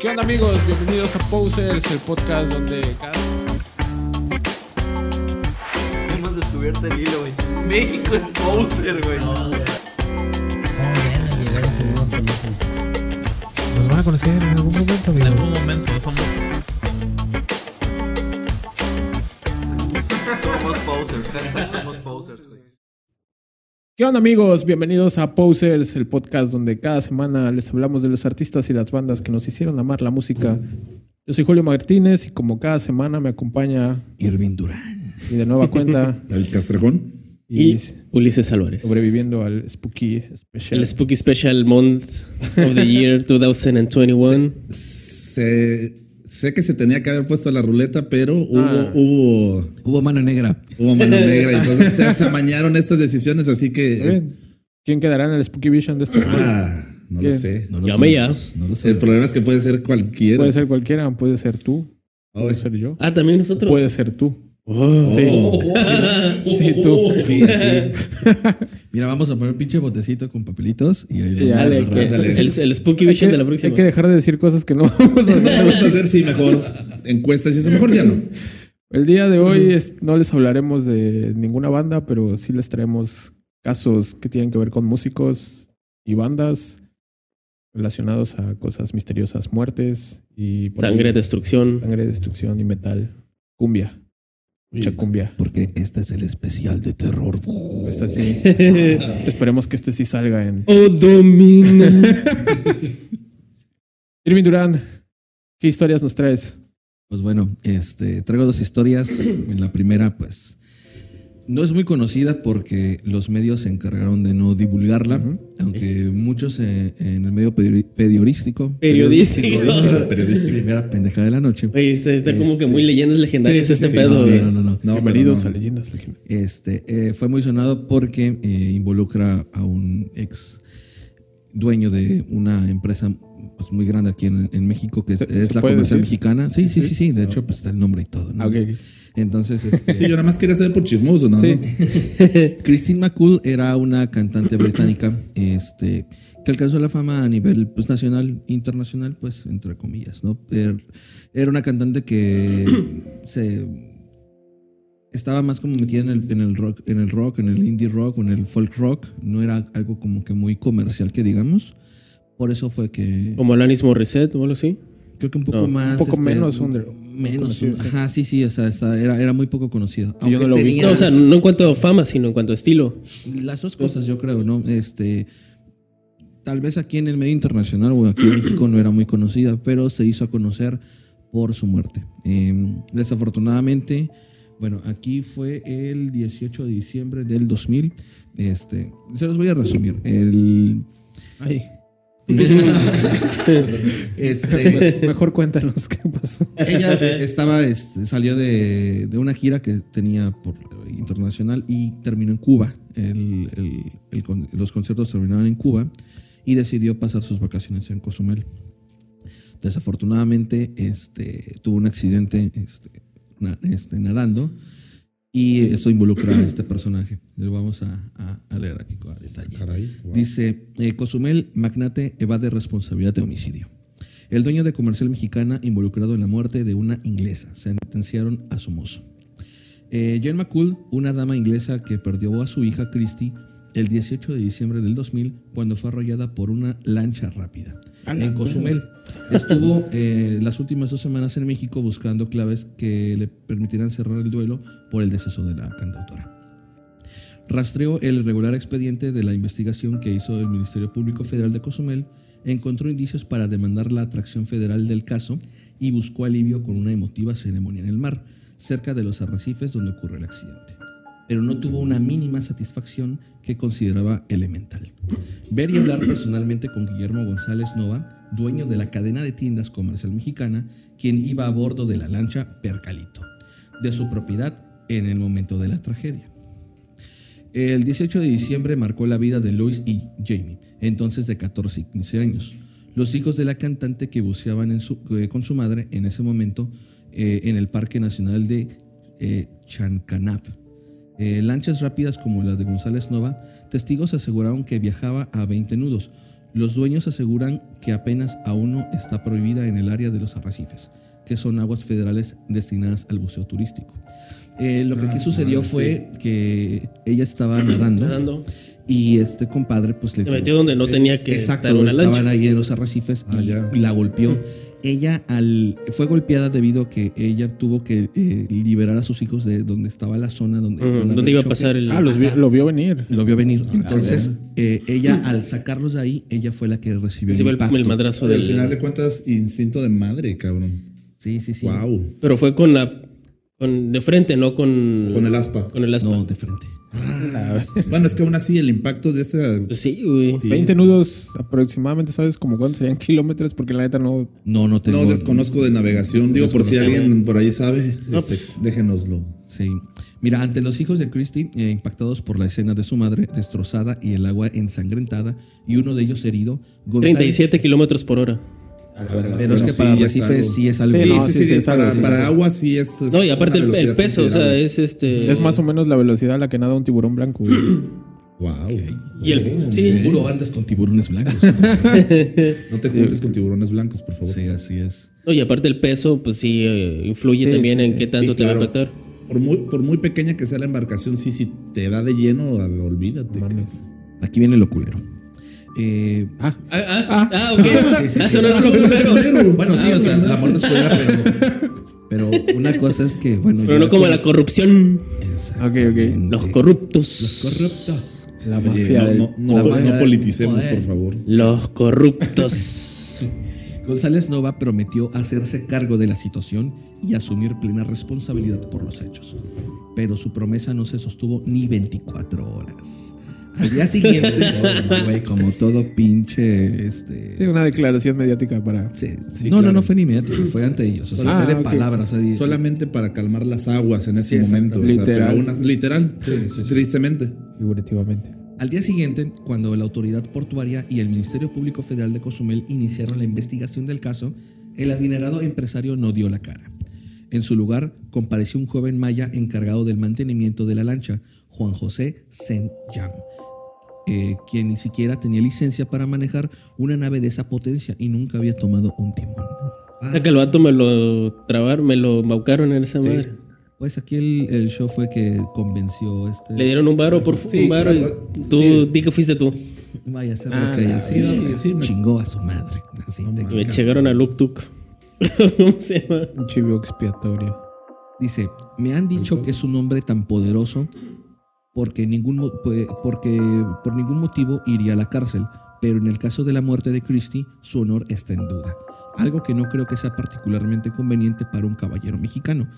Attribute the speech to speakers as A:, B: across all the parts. A: ¿Qué onda amigos? Bienvenidos a Posers, el podcast donde cada...
B: Hemos descubierto el hilo, güey. México es poser, güey.
C: ¿Cómo verga llegaron si no nos conocen?
A: Nos van a conocer en algún momento,
C: En
A: amigo.
C: algún momento somos.
B: Somos posers. Hashtag somos posers, güey.
A: ¿Qué onda amigos? Bienvenidos a Posers, el podcast donde cada semana les hablamos de los artistas y las bandas que nos hicieron amar la música. Yo soy Julio Martínez y como cada semana me acompaña
D: Irving Durán.
A: y de nueva cuenta
D: El Castrejón.
A: y
E: Ulises Álvarez.
A: sobreviviendo al Spooky
E: El
A: Special.
E: Spooky Special Month of the Year 2021.
D: Se, sé que se tenía que haber puesto la ruleta, pero hubo, hubo,
C: Ah. Hubo mano negra.
D: hubo mano negra. y Entonces se, se amañaron estas decisiones, así que.
C: Eh.
D: es-
A: ¿Quién quedará en el Spooky Vision de esta semana?
D: ah, no lo
A: Bien.
D: sé.
C: No lo
E: Llame
C: sabemos, No lo
D: El
C: sabemos.
D: problema es que puede ser cualquiera.
A: Puede ser cualquiera, puede ser tú,
D: Ay.
A: puede ser yo,
E: Ah, también nosotros.
A: puede ser tú.
E: Oh.
A: Sí, sí tú.
D: Sí, sí.
C: Mira, vamos a poner pinche botecito con papelitos y ahí
A: Ya,
E: Dale,
C: vamos a
E: que-
C: agarrar.
D: ándale.
E: el, el Spooky
A: Hay que,
E: Vision de la
A: hay que
E: próxima.
A: dejar de decir cosas que no vamos a hacer.
D: Me gusta hacer, sí, mejor encuestas y eso, mejor ya no.
A: El día de hoy es- no les hablaremos de ninguna banda, pero sí les traemos casos que tienen que ver con músicos y bandas relacionados a cosas misteriosas, muertes y por ahí-
E: Sangre, destrucción.
A: sangre, destrucción y metal, cumbia, mucha cumbia.
C: Porque este es el especial de terror.
A: Esta sí. Esperemos que este sí salga en
E: Oh, domina.
A: Irving Durán. ¿Qué historias nos traes?
C: Pues bueno, este, traigo dos historias. En la primera, pues, no es muy conocida porque los medios se encargaron de no divulgarla, aunque muchos eh, en el medio periodi- periodístico.
E: Periodístico.
C: Periodístico. periodístico, Primera pendejada de la noche.
E: Oye, está, está como que muy leyendas legendarias
A: Este- sí, sí,
E: este
A: sí,
E: pedo.
C: no,
E: güey.
C: no, no, no, no.
A: Bienvenidos
D: no.
A: a Leyendas Legendarias.
C: Este eh, fue muy sonado porque eh, involucra a un ex dueño de una empresa pues, muy grande aquí en, en México que es,
A: ¿Se-
C: es
A: se
C: la
A: puede
C: comercial
A: decir?
C: mexicana. Sí, sí, sí, sí. De hecho, pues está el nombre y todo. ¿no?
A: Ah, ok.
C: Entonces, este,
D: Sí, yo nada más quería saber por chismoso, ¿no?
A: Sí.
C: Christine McCool era una cantante británica este, que alcanzó la fama a nivel pues, nacional, internacional, pues entre comillas, ¿no? Er- Era una cantante que se estaba más como metida en el, en el rock, en el rock, en el indie rock o en el folk rock. No era algo como que muy comercial que digamos. Por eso fue que
E: Como Alanis Morissette o algo así.
C: creo que un poco
E: No, un
C: más. este,
A: poco menos under-
C: menos.
A: conocido, sí.
C: Ajá, sí, sí. O sea, esta- era, era muy poco conocida.
A: Y yo no lo ubico.
E: No, o sea, no en cuanto a fama, sino en cuanto a estilo.
C: Las dos cosas, yo creo, ¿no? Este. Tal vez aquí en el medio internacional o aquí en México no era muy conocida, pero se hizo a conocer por su muerte. Eh, desafortunadamente, bueno, aquí fue el 18 de diciembre del 2000. Este, se los voy a resumir. El,
A: Ay,
C: este,
A: mejor cuéntanos qué pasó.
C: Ella eh, estaba, este, salió de, de una gira que tenía por eh, internacional y terminó en Cuba. El- el- el con- los conciertos terminaron en Cuba y decidió pasar sus vacaciones en Cozumel. Desafortunadamente, este, tuvo un accidente este, na- este, nadando y eso involucra a este personaje. Lo vamos a, a- a leer aquí a detalle.
D: Caray, wow.
C: Dice, eh, Cozumel, magnate evade responsabilidad de homicidio. El dueño de comercial mexicana involucrado en la muerte de una inglesa. Sentenciaron a su mozo. Eh, Jane McCool, una dama inglesa que perdió a su hija Christy el 18 de diciembre del 2000 cuando fue arrollada por una lancha rápida en Cozumel. Estuvo eh, las últimas dos semanas en México buscando claves que le permitirán cerrar el duelo por el deceso de la cantautora. Rastreó el irregular expediente de la investigación que hizo el Ministerio Público Federal de Cozumel, encontró indicios para demandar la atracción federal del caso y buscó alivio con una emotiva ceremonia en el mar, cerca de los arrecifes donde ocurrió el accidente. Pero no tuvo una mínima satisfacción que consideraba elemental. Ver y hablar personalmente con Guillermo González Nova, dueño de la cadena de tiendas comercial mexicana, quien iba a bordo de la lancha Percalito, de su propiedad en el momento de la tragedia. El 18 de diciembre marcó la vida de Lois y Jamie, entonces de 14 y 15 años, los hijos de la cantante que buceaban en su- eh, con su madre en ese momento eh, en el Parque Nacional de eh, Chancanap. Eh, lanchas rápidas como las de González Nova, testigos aseguraron que viajaba a 20 nudos, Los dueños aseguran que apenas a uno está prohibida en el área de los arrecifes, que son aguas federales destinadas al buceo turístico. Eh, lo que aquí sucedió fue que ella estaba nadando,
E: Nadando.
C: y este compadre pues le
E: Se
C: tiró-
E: metió donde no tenía que
C: Exacto,
E: estar una
C: estaban
E: lancha.
C: ahí en los arrecifes y
D: ya.
C: la golpeó. Ella al, fue golpeada debido a que ella tuvo que eh, liberar a sus hijos de donde estaba la zona donde,
E: Ujú,
C: donde
E: ¿Dónde
C: había
E: iba a
C: choque.
E: pasar el.?
A: Ah, los vi- lo vio venir.
C: Lo vio venir. Entonces, eh, ella al sacarlos de ahí, ella fue la que recibió el
E: recibe el,
C: impacto.
E: el madrazo
D: Al final
E: del.
D: de cuentas, instinto de madre, cabrón.
C: Sí, sí, sí.
D: Wow.
E: Pero fue con la. Con, de frente, no con.
D: Con el aspa.
E: Con el aspa.
C: No, de frente.
D: Bueno, es que aún así el impacto de esa.
E: Sí, güey.
A: 20 nudos aproximadamente, ¿sabes? Como cuántos serían kilómetros, porque la neta no.
C: No, no tengo.
D: No desconozco de navegación, digo, por si alguien por ahí sabe, este, déjenoslo.
C: Sí. Mira, ante los hijos de Christie, eh, impactados por la escena de su madre destrozada y el agua ensangrentada, y uno de ellos herido, González.
E: 37 kilómetros por hora.
C: Pero es que para arrecifes sí es algo.
A: Sí,
D: Sí,
A: no,
D: sí,
A: sí,
D: sí,
A: es
D: para,
A: algo, sí,
D: para
A: sí.
D: agua sí es. es
E: No, y aparte
D: una
E: el, el
D: velocidad
E: peso, o sea,
D: considerable.
E: es este.
A: Es más o menos la velocidad a la que nada un tiburón blanco. güey.
D: Wow.
E: Y el, sí,
C: Seguro andas con tiburones blancos.
D: No te juntes con tiburones blancos, por favor.
C: sí, así es.
E: no, y aparte el peso, pues sí, eh, influye
A: Sí,
E: también
A: sí,
E: en
A: sí.
E: qué tanto
D: Sí,
E: te
D: claro.
E: va a impactar.
D: Por muy, por muy pequeña que sea la embarcación, sí, si te da de lleno, olvídate.
C: Aquí viene lo culero. Eh, ah,
E: Ah, ah, ah, ok. Ah, eso no es lo Ah, primero.
C: Bueno, sí, o sea, la muerte es culera, pero, pero una cosa es que, bueno.
E: Pero no como la corrupción.
A: Ok, ok.
E: Los corruptos. Los
C: corruptos.
A: La
D: Oye,
A: mafia. del-
D: no, no, no,
C: la
D: no
C: mafia del
D: politicemos,
C: poder.
D: por favor.
E: corruptos.
C: González Nova prometió hacerse cargo de la situación y asumir plena responsabilidad por los hechos. Pero su promesa no se sostuvo ni 24 horas. Al día siguiente, güey, como todo pinche. Este,
A: Sí, una declaración mediática para.
C: se- no, no, no fue ni mediático, fue ante ellos. O sea,
A: Ah,
C: fue de
A: ok.
C: palabras. o sea, di-
D: Solamente para calmar las aguas en
C: Sí,
D: ese momento. o sea,
A: Literal.
D: pero una- literal, tristemente.
A: Figurativamente.
C: Al día siguiente, cuando la autoridad portuaria y el Ministerio Público Federal de Cozumel iniciaron la investigación del caso, el adinerado empresario no dio la cara. En su lugar, compareció un joven maya encargado del mantenimiento de la lancha, Juan José Senyam, eh, quien ni siquiera tenía licencia para manejar una nave de esa potencia y nunca había tomado un timón.
E: O sea que el vato me lo trabar, me lo baucaron en esa madre.
C: Pues aquí el, el show fue que convenció este...
E: Le dieron un varo por
D: Sí,
E: un varo. y
D: claro,
E: Tú
D: sí.
E: di que fuiste tú.
C: Vaya a ser
A: Ah,
C: lo que haya
A: la-
C: sido,
D: sí, sí, me-
C: chingó a su madre. Así te-
E: Me llegaron a Luptuk. ¿Cómo se llama?
A: Un chivo expiatorio.
C: Dice, me han dicho que es un hombre tan poderoso porque, ningún, mo- pue- porque por ningún motivo iría a la cárcel, pero en el caso de la muerte de Christie, su honor está en duda. Algo que no creo que sea particularmente conveniente para un caballero mexicano.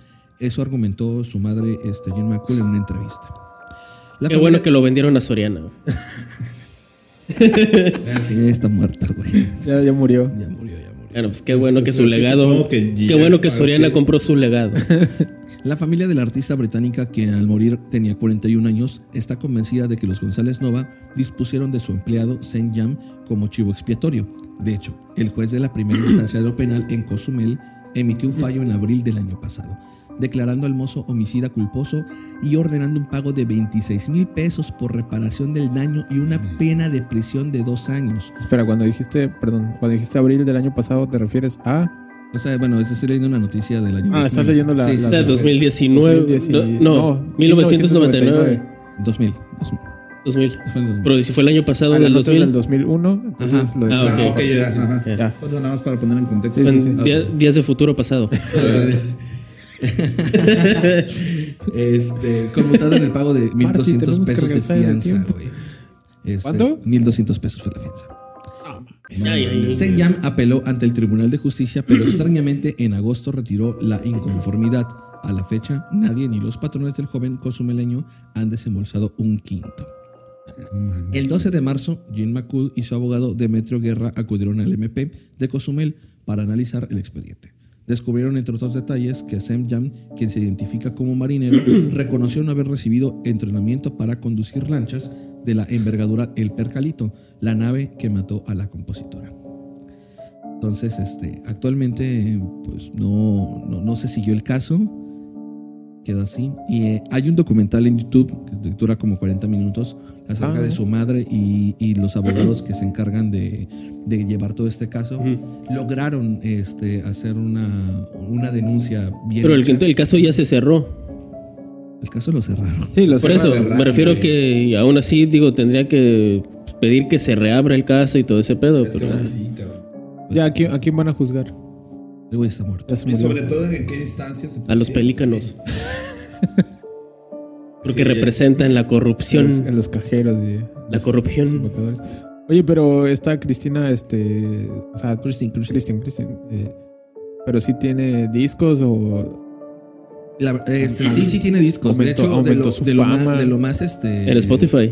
C: Eso argumentó su madre, este, Jane McCool, en una entrevista. La
E: Qué bueno
C: familia-
E: que lo vendieron a Soriana.
C: Ah, sí, está muerta, güey.
A: Ya, ya murió.
C: Ya murió, ya murió.
E: Bueno, pues qué bueno que
D: sí,
E: su
D: sí,
E: legado.
D: supongo que
E: Qué
D: ya
E: bueno que Soriana
D: parecía-
E: compró su legado.
C: La familia de la artista británica, quien al morir tenía 41 años, está convencida de que los González Nova dispusieron de su empleado Sen Yam como chivo expiatorio. De hecho, el juez de la primera instancia de lo penal en Cozumel emitió un fallo en abril del año pasado, declarando al mozo homicida culposo y ordenando un pago de 26 mil pesos por reparación del daño y una pena de prisión de dos años.
A: Espera, cuando dijiste, perdón, cuando dijiste abril del año pasado, ¿te refieres a.
C: O sea, bueno, estoy leyendo una noticia del año
A: Ah, estás leyendo la-
C: Sí, sí,
A: la-
E: Esta es
C: sí.
E: 2019.
A: 2019?
E: no,
A: No, Ah,
E: 1999.
C: 2000. 2000.
E: 2000.
C: Fue en 2000.
E: Pero si fue el año pasado,
A: Ah,
E: en
A: la
E: el
A: nota
E: 2000.
A: es del 2001. Entonces lo de-
E: Ah,
D: Ah, ok, ya, ajá.
E: Ya.
D: Entonces, Nada más para poner en contexto. Ah,
E: Fue en día- días de futuro pasado.
C: Este, conmutaron el pago de
A: Martín,
C: 1200
A: tenemos que
C: pesos de
A: regresar en el
C: fianza,
A: tiempo.
C: güey. Este,
A: ¿Cuánto?
C: 1200 pesos fue la fianza.
E: Ay, ay, ay.
C: Sen Yam apeló ante el Tribunal de Justicia, pero extrañamente en agosto retiró la inconformidad. A la fecha, nadie ni los patrones del joven cozumeleño han desembolsado un quinto. El 12 de marzo, Jim McCool y su abogado Demetrio Guerra acudieron al MP de Cozumel para analizar el expediente. Descubrieron, entre otros detalles, que Sam Jam, quien se identifica como marinero, reconoció no haber recibido entrenamiento para conducir lanchas de la envergadura El Percalito, la nave que mató a la compositora. Entonces, este, actualmente, pues no, no, no se siguió el caso. Quedó así. Y eh, hay un documental en YouTube que dura como 40 minutos acerca
A: Ah.
C: de su madre y, y los abogados que se encargan de, de llevar todo este caso. Lograron este, hacer una, una denuncia bien.
E: Pero el,
C: hecha.
E: el caso ya se cerró.
C: El caso lo cerraron.
A: Sí, los
E: Por eso,
D: cerrar,
E: me refiero
D: güey.
E: que aún así, digo, tendría que pedir que se reabra el caso y todo ese pedo.
D: Es que
E: pero-
D: aún así, cabrón.
A: Ya, ¿a quién, a quién van a juzgar?
C: El güey está muerto.
A: Ya se
D: Y
A: murió.
D: pues sobre todo en qué instancia se
E: a los
D: pusieron,
E: pelícanos. Porque
D: Sí.
E: representan la corrupción.
A: En los, en los cajeros y
E: La
A: los
E: corrupción.
A: desembocadores. Oye, pero esta Cristina, este. O sea,
C: Christine, Christine.
A: Cristin, Cristin. eh, pero sí tiene discos o.
C: La-
E: Ah.
C: este, sí, sí tiene discos.
A: Aumentó-
C: de hecho, de
A: aumentó
C: lo,
A: su
C: de lo
A: fama.
C: más, de lo más, este.
E: En Spotify.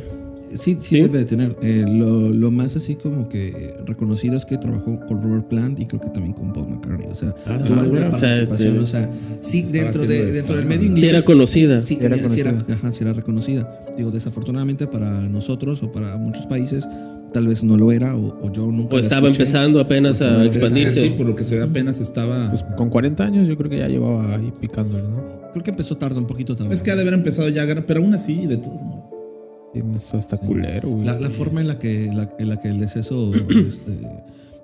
C: Sí, sí, debe de tener. Eh, lo, lo más así como que reconocido es que trabajó con Robert Plant y creo que también con Paul McCartney. O sea, tuvo
E: ah,
C: alguna
E: mira. O sea,
C: participación.
E: este-
C: O sea, sí,
D: Estaba
C: dentro,
D: haciendo
C: de,
D: de
C: dentro del
D: fama.
C: medio
D: Sí
C: inglés.
E: era
C: sí-
E: conocida.
C: Sí,
A: Sí era
C: tenía- sí era-
A: conocida.
C: ajá, sí era reconocida. Digo, desafortunadamente para nosotros o para muchos países, tal vez no lo era o, o yo nunca.
E: O
C: la
E: estaba
C: escuché.
E: empezando apenas a
D: Es que Sí,
E: expandirse.
D: por lo que se ve apenas estaba.
A: Pues con 40 años yo creo que ya llevaba ahí picándole, ¿no?
C: Creo que empezó tarde, un poquito tarde.
D: es que ha de haber empezado ya a ganar, pero aún así, de todos modos.
A: Y esto está culero, güey.
C: La, la forma en la que, la- en la que el deceso este,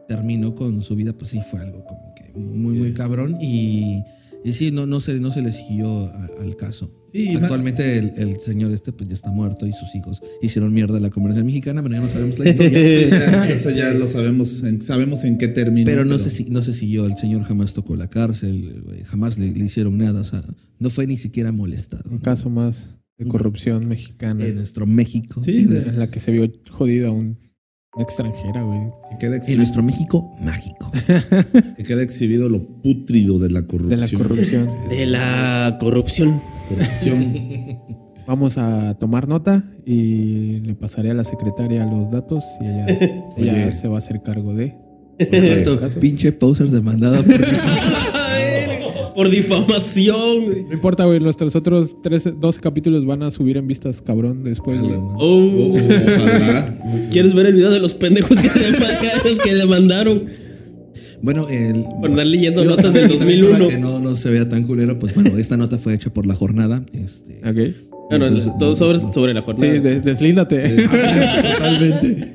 C: terminó con su vida, pues sí fue algo como que muy, muy cabrón. Y, y sí, no, no, se, no se le siguió a- al caso.
D: Sí, y
C: Actualmente el, el señor este pues ya está muerto y sus hijos hicieron mierda a la comercial mexicana, pero ya no sabemos la historia.
D: Ya, eso ya lo sabemos, en- sabemos en qué término.
C: Pero no se, si- no se siguió, el señor jamás tocó la cárcel, güey, jamás le, le hicieron nada, o sea, no fue ni siquiera molestado
A: Un caso más de corrupción mexicana.
C: en nuestro México.
D: Sí,
C: en,
D: de-
C: nuestro-
A: En la que se vio jodida un, una extranjera, güey.
D: Que queda, exhi-
C: en nuestro México mágico.
D: que queda exhibido lo pútrido de la
A: De
D: corrupción.
A: la corrupción.
E: De la corrupción.
D: corrupción.
A: Vamos a tomar nota y le pasaré a la secretaria los datos y ella, ella
D: Oye.
A: se va a hacer cargo de.
C: Tanto pinche posers demandado por
E: Por difamación. güey.
A: No importa, güey, nuestros otros 13, 12 capítulos van a subir en vistas, cabrón, después, güey.
E: Oh,
D: Ojalá.
E: ¿Quieres ver el video de los pendejos que, demandaron, que demandaron?
C: Bueno, el,
E: Por andar leyendo
C: Digo,
E: notas del
C: también- también
E: 2001.
C: Para que no, no se vea tan culero, pues bueno, esta nota fue hecha por la jornada. Este,
A: Ok.
E: Bueno,
C: Entonces,
E: todo
C: no,
E: sobre,
C: no.
E: sobre la jornada.
A: Sí, de- deslíndate.
C: totalmente.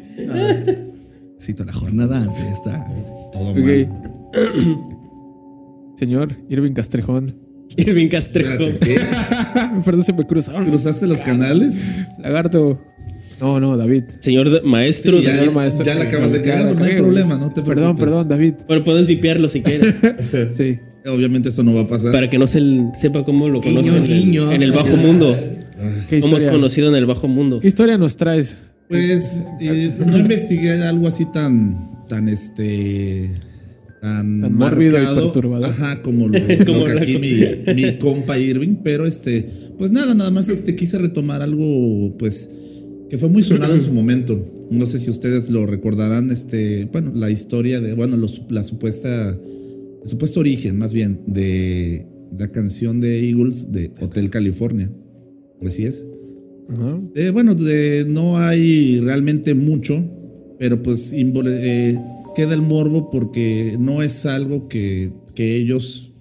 C: Cito la jornada antes esta.
D: Todo mal.
A: Ok. Señor Irving Castrejón.
E: Irving Castrejo.
D: Espérate, ¿qué?
A: Perdón, se me cruzaron.
D: ¿Cruzaste los canales?
A: Lagarto. No, no, David.
E: Señor de- maestro.
D: Sí, ya.
E: señor-
A: Señor maestro. eh,
D: ya la acabas de
A: Ya
D: cagar,
A: la
D: no hay
A: cagué,
D: problema,
A: güey.
D: no te
A: Perdón,
D: preocupes. Eh.
A: perdón, David.
E: Bueno, puedes vipiarlo si quieres.
A: Sí.
D: Obviamente eso no va a pasar.
E: para que no se l- sepa cómo lo
C: Guiño,
E: conocen en el-
C: guiño.
E: en el bajo mundo.
A: ¿Qué
E: ¿Cómo es
A: historia,
E: conocido en el bajo mundo?
A: ¿Qué historia nos traes?
D: Pues eh, no investigué algo así tan, tan este, tan,
A: Tan mórbido y
D: marcado,
A: perturbador.
D: Ajá, como lo, lo
E: Como
D: que
E: la
D: aquí mi, mi compa Irving, pero este, pues nada, nada más este quise retomar algo, pues que fue muy sonado en su momento. No sé si ustedes lo recordarán, este, bueno, la historia de, bueno, los- la supuesta, el supuesto origen, más bien, de la canción de Eagles de Hotel California. Así es.
A: Ajá.
D: Eh, bueno, de- no hay realmente mucho, pero pues invol- eh, queda el morbo porque no es algo que, que ellos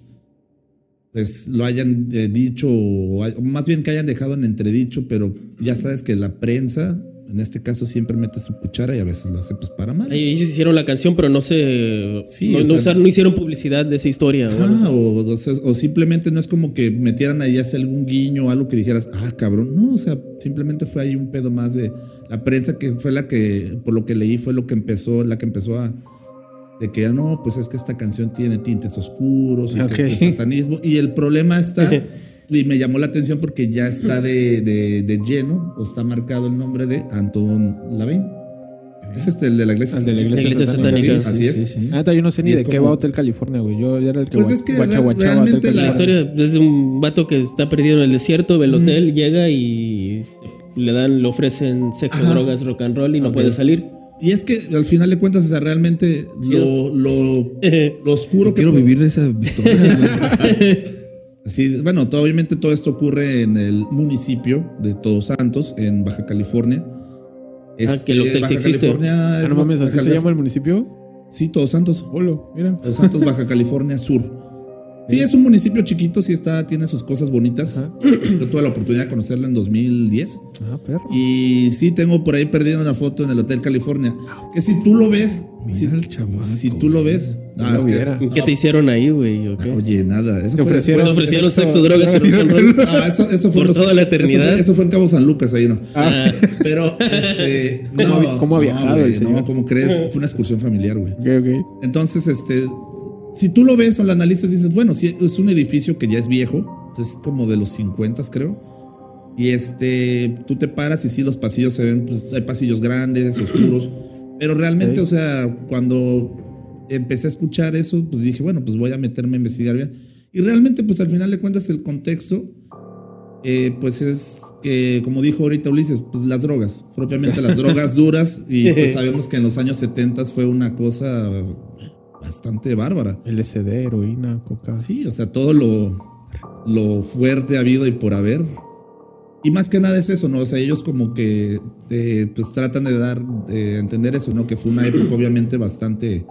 D: pues lo hayan eh, dicho, o hay- más bien que hayan dejado en entredicho, pero ya sabes que la prensa, en este caso, siempre mete su cuchara y a veces lo hace pues para mal.
E: Ay, Ellos hicieron la canción, pero no se.
D: Sí,
E: no,
D: o
E: no
D: sea-
E: usaron- no hicieron publicidad de esa historia. o algo así.
D: Ah, o, o sea, o simplemente no es como que metieran ahí hacia algún guiño o algo que dijeras, ah, cabrón. No, o sea, simplemente fue ahí un pedo más de la prensa que fue la que, por lo que leí, fue lo que empezó, la que empezó a. De que no, pues es que esta canción tiene tintes oscuros y que
A: Ok.
D: es de satanismo. Y el problema está, y me llamó la atención porque ya está de, de- de lleno, o está marcado el nombre de Anton Lavey. Es este, el de la iglesia
A: El de la iglesia
E: satánica.
D: Sí, Así es.
A: La neta, yo no sé ni
D: Y es
A: de qué
D: como-
A: va Hotel California, güey. Yo ya era el que
D: Pues
A: guacha-
D: es que
A: guachaguachaba
D: realmente
A: Hotel
D: la
E: La
A: California.
E: historia es de un vato que está perdido en el desierto, ve el hotel, llega y se- le dan, le ofrecen sexo,
D: Ajá.
E: drogas, rock and roll y no puede salir.
D: Y es que al final de cuentas, o sea, realmente lo, lo, lo oscuro que
C: Quiero
D: puede-
C: vivir esa historia.
D: Sí, bueno, todo- obviamente todo esto ocurre en el municipio de Todos Santos, en Baja California. Este,
E: que el hotel sí
D: Baja
E: existe.
D: California
A: Ah,
D: es
A: no mames, así
D: Baja
A: se
D: Calif-
A: llama el municipio.
D: Sí, Todos Santos.
A: Olo, mira.
D: Todos Santos, Baja California Sur. Sí, es un municipio chiquito, sí está, tiene sus cosas bonitas. Yo tuve la oportunidad de conocerla en 2010.
A: Ah, perro.
D: Y sí, tengo por ahí perdida una foto en el Hotel California. Que si tú lo ves,
C: Mira
D: si,
C: al chamaco,
D: si tú lo ves,
A: No
D: Ah, es que-
A: hubiera.
E: ¿Qué te hicieron ahí, güey? ¿O qué?
D: oye, nada. Eso
A: Te
D: fue
A: ofrecieron,
E: Te ofrecieron
A: eso-
E: sexo, drogas y
A: sí,
E: rock and roll.
D: Ah, eso, eso fue
E: Por
D: en
E: toda la
D: eso fue-
E: eternidad.
D: Eso fue, en Cabo San Lucas, ahí no.
E: Ah.
D: Pero, este.
A: ¿Cómo
D: no,
A: ha- cómo ha
D: no,
A: viajado
D: güey,
A: el señor?
D: No, ¿cómo crees? Fue una excursión familiar, güey.
A: Ok, Ah, ok.
D: Entonces, este, si tú lo ves o lo analizas, dices, bueno, sí, es un edificio que ya es viejo, es como de los 50, creo. Y este, tú te paras y sí, los pasillos se ven, pues hay pasillos grandes, oscuros. Pero realmente, o sea, cuando empecé a escuchar eso, pues dije, bueno, pues voy a meterme a investigar bien. Y realmente, pues al final de cuentas, el contexto, eh, pues es que, como dijo ahorita Ulises, pues las drogas, propiamente las drogas duras. Y pues sabemos que en los años 70 fue una cosa bastante bárbara.
A: LSD, heroína, coca.
D: Sí, o sea, todo lo, lo fuerte ha habido y por haber. Y más que nada es eso, ¿no? O sea, ellos como que eh, pues tratan de dar, de entender eso, ¿no? Que fue una época obviamente bastante,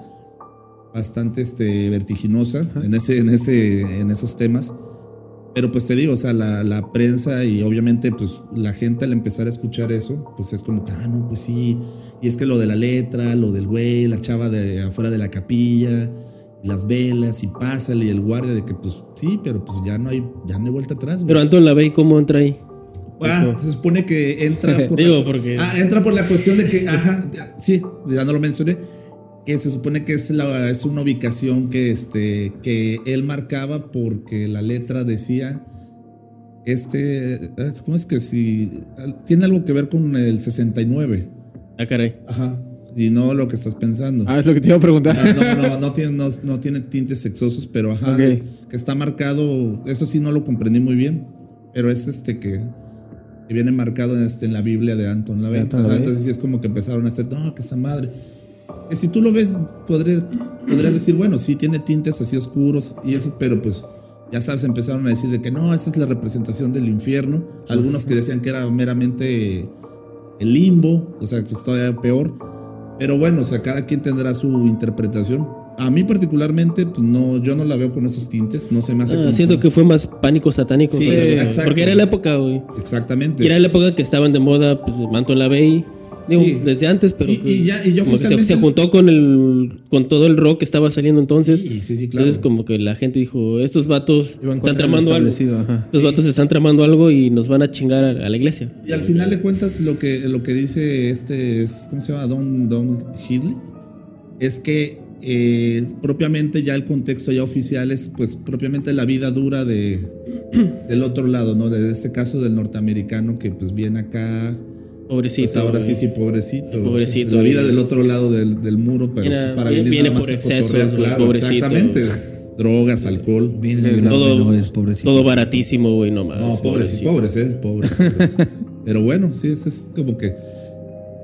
D: bastante este, vertiginosa en, ese, en, ese, en esos temas. Pero pues te digo, o sea, la, la prensa y obviamente pues la gente al empezar a escuchar eso, pues es como que, ah, no, pues sí. Y es que lo de la letra, lo del güey, la chava de afuera de la capilla, las velas y pásale y el guardia de que pues sí, pero pues ya no hay, ya no hay vuelta atrás, güey.
E: Pero Anton la ve y cómo entra ahí.
D: Ah, se supone que entra por,
E: Digo,
D: la,
E: porque-
D: Ah, entra por la cuestión de que, ajá, ya- sí, ya no lo mencioné, que se supone que es, la, es una ubicación que, este, que él marcaba porque la letra decía, este, ah, ¿cómo es que si? ah, Tiene algo que ver con el 69,
E: Ah, caray.
D: ajá, y no lo que estás pensando.
A: Ah, es lo que te iba a preguntar.
D: Ah, No, no, no tiene, no, no tiene tintes sexosos, pero ajá,
A: Ok.
D: que está marcado, eso sí no lo comprendí muy bien, pero es este que, que viene marcado en, este, en la Biblia de Anton
A: De
D: LaVey.
A: Anton
D: Ajá,
A: LaVey.
D: Entonces sí es como que empezaron a hacer, no, que esa madre. Que si tú lo ves, podré- podrías decir, bueno, sí tiene tintes así oscuros y eso, pero pues ya sabes, empezaron a decir de que no, esa es la representación del infierno. Algunos que decían que era meramente el limbo, o sea, que es todavía peor. Pero bueno, o sea, cada quien tendrá su interpretación. A mí particularmente, pues no, yo no la veo con esos tintes, no se me hace
E: Ah,
D: como-
E: siento que fue más pánico satánico.
D: Sí,
E: que otra cosa.
D: exacto.
E: Porque era la época, güey.
D: Exactamente.
E: Y era la época que estaban de moda, pues Anton la ve y. Digo,
D: Sí.
E: desde antes, pero.
D: Y-
E: que-
D: y ya- y yo
E: como que se,
D: oficialmente-
E: se juntó con el con todo el rock que estaba saliendo entonces.
D: Sí, sí, sí, claro.
E: Entonces, como que la gente dijo: Estos vatos
A: Iban contra
E: están
A: lo
E: tramando algo.
A: establecido, ajá.
E: Estos vatos están tramando algo y nos van a chingar a, a la iglesia.
D: Y al final de cuentas, lo que, lo que dice este, es, ¿cómo se llama? Don, Don Hidley, es que eh, propiamente ya el contexto ya oficial es, pues, propiamente la vida dura de, del otro lado, ¿no? De este caso del norteamericano que, pues, viene acá.
E: Pobrecito.
D: Pues ahora sí,
E: güey.
D: sí, pobrecito.
E: Pobrecito,
D: La vida
E: güey.
D: del otro lado del, del muro, pero
E: Mira,
D: pues, para
E: viene-
D: venir
E: viene
D: nada más
E: por
D: a
E: excesos,
D: cotorrear,
E: güey,
D: claro,
E: pobrecito.
D: exactamente. Drogas, alcohol.
C: Vienen a violar
E: Todo-
C: menores, pobrecitos.
E: Todo baratísimo, güey, no más.
D: No, pobres, y pobres, eh, pobres. Pero bueno, sí, eso es como que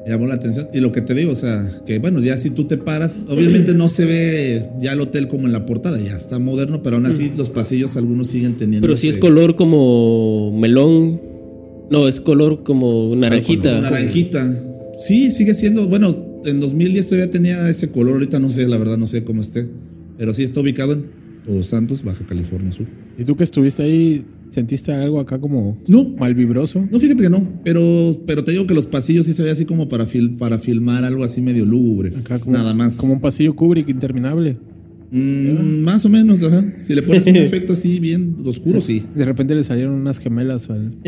D: me llamó la atención. Y lo que te digo, o sea, que bueno, ya si tú te paras, obviamente no se ve ya el hotel como en la portada, ya está moderno, pero aún así los pasillos algunos siguen teniendo.
E: Mm. Pero si es
D: este,
E: color como melón. No, es color como naranjita.
D: Ah, Naranjita. Sí, sigue siendo. Bueno, en 2010 todavía tenía ese color. Ahorita no sé, la verdad, no sé cómo esté. Pero sí está ubicado en Todos Santos, Baja California Sur.
A: ¿Y tú que estuviste ahí, sentiste algo acá como
D: No.
A: mal vibroso?
D: No, fíjate que no. Pero, pero te digo que los pasillos sí se ve así como para, fil- para filmar algo así medio lúgubre.
A: Acá como,
D: Nada más.
A: Como un pasillo Kubrick interminable.
D: Mm, más o menos, ajá. Si le pones un efecto así bien oscuro, sí.
A: De repente le salieron unas gemelas al.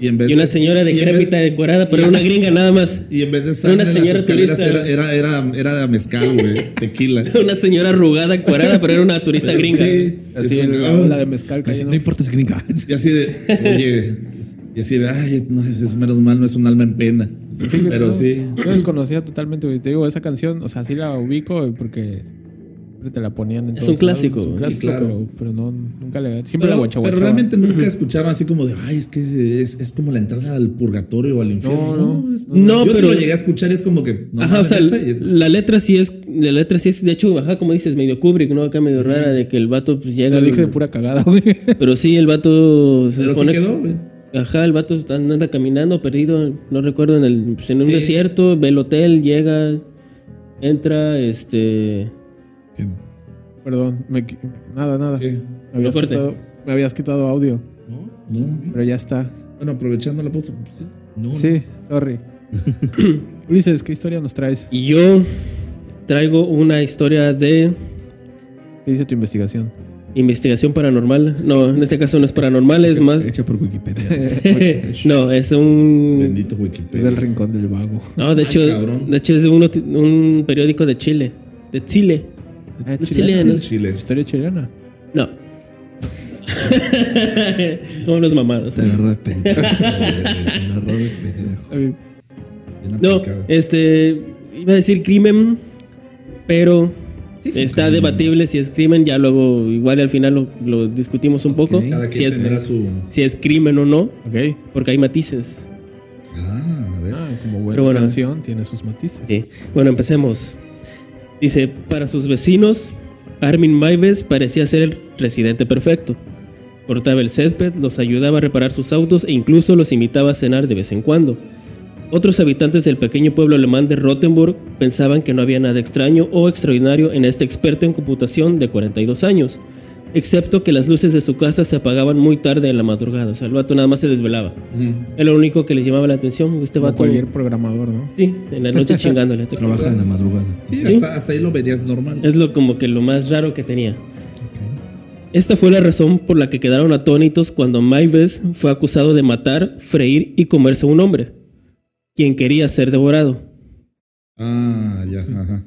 D: Y, en vez
E: Y una señora de
D: y en vez-
E: crepita decorada, pero era una gringa nada más.
D: Y en vez
E: Era
D: de
E: una
D: sangre en las
E: señora
D: escaleras
E: turista.
D: era, era, era, era mezcal, güey. Tequila.
E: Una señora arrugada, decorada, pero era una turista gringa.
D: Sí.
A: Así,
D: Es
A: el-
D: como,
A: la,
D: ah,
A: de mezcal
C: Así,
A: cayendo.
C: no importa, es gringa.
D: Y así de, oye, y así de, ay, no, es, es menos mal, no es un alma en pena.
A: Fíjate,
D: Pero
A: no,
D: sí.
A: Yo desconocía totalmente, güey. Te digo, esa canción, o sea, sí la ubico porque siempre te la ponían en
E: Es
A: todos
E: un clásico,
A: lados. Es un
E: sí,
A: clásico,
D: claro.
A: pero, pero no, nunca le. Siempre la
D: Pero,
A: guachaguachaba.
D: pero realmente nunca escucharon así como de, ay, es que es, es como la entrada al purgatorio o al infierno.
A: No,
D: No, es-
E: no,
D: yo sí
E: pero-
D: lo llegué a escuchar, es como que. no
E: Ajá, o
D: mames,
E: sea,
D: neta, y-
E: la letra sí es, la letra sí es, de hecho, ajá, como dices, medio Kubrick, ¿no? Acá medio rara de que el vato pues llega.
A: Lo dije de pura cagada, güey.
E: Pero sí, el vato se
D: pero sí
E: supone-
D: quedó, güey.
E: Ajá, el vato está- anda caminando perdido, no recuerdo, en, el, pues, en un
D: Sí.
E: desierto, ve el hotel, llega, entra, este...
C: Que
A: Perdón, me qui- nada, nada.
D: ¿Qué?
A: Me, habías
E: Lo corté.
A: quitado, me habías quitado audio,
C: No,
D: No.
A: pero ya está.
D: Bueno, aprovechando la pausa. pues, sí.
C: no.
A: Sí, sorry. Ulises, ¿qué historia nos traes?
E: Y yo traigo una historia de
A: ¿Qué dice tu investigación?
E: investigación paranormal. No, en este caso no es paranormal, es más.
C: Hecha por Wikipedia.
E: no, es un.
D: Bendito
A: Es el
D: Wikipedia.
A: rincón del vago.
E: No, de hecho,
D: cabrón.
E: de hecho es de un, noti- un periódico de Chile. De Chile.
A: Ah,
E: De
A: chilena.
E: chileno.
D: Chile.
A: Historia chilena.
E: No. Como los mamados.
C: Te agarró de pendejo. Te agarró de pendejo.
A: A mí-
D: Bien
E: No,
D: aplicado.
E: este. Iba a decir crimen, pero.
C: Sí fue un
E: Está
C: crimen.
E: debatible si es crimen, ya luego igual al final lo, lo discutimos un poco,
D: Cada quien
E: si es,
D: tendrá su.
E: si es crimen o no,
A: Ok.
E: porque hay matices.
D: Ah, a ver.
A: Ah, como buena
E: Pero bueno.
A: canción, tiene sus matices.
E: Sí. Bueno, empecemos. Dice, para sus vecinos, Armin Maives parecía ser el residente perfecto. Cortaba el césped, los ayudaba a reparar sus autos e incluso los invitaba a cenar de vez en cuando. Otros habitantes del pequeño pueblo alemán de Rottenburg pensaban que no había nada extraño o extraordinario en este experto en computación de 42 años, excepto que las luces de su casa se apagaban muy tarde en la madrugada. O sea, el vato nada más se desvelaba. Era lo único que les llamaba la atención. Este
A: Como
E: vato.
A: cualquier programador, ¿no?
E: Sí, en la noche chingándole. te-
C: Trabaja en la madrugada.
D: Sí,
E: Sí.
D: Hasta, hasta ahí lo verías normal.
A: Eh.
E: Es lo como que lo más raro que tenía. Esta fue la razón por la que quedaron atónitos cuando Maives fue acusado de matar, freír y comerse a un hombre, quien quería ser devorado.
D: Ah, ya, ajá.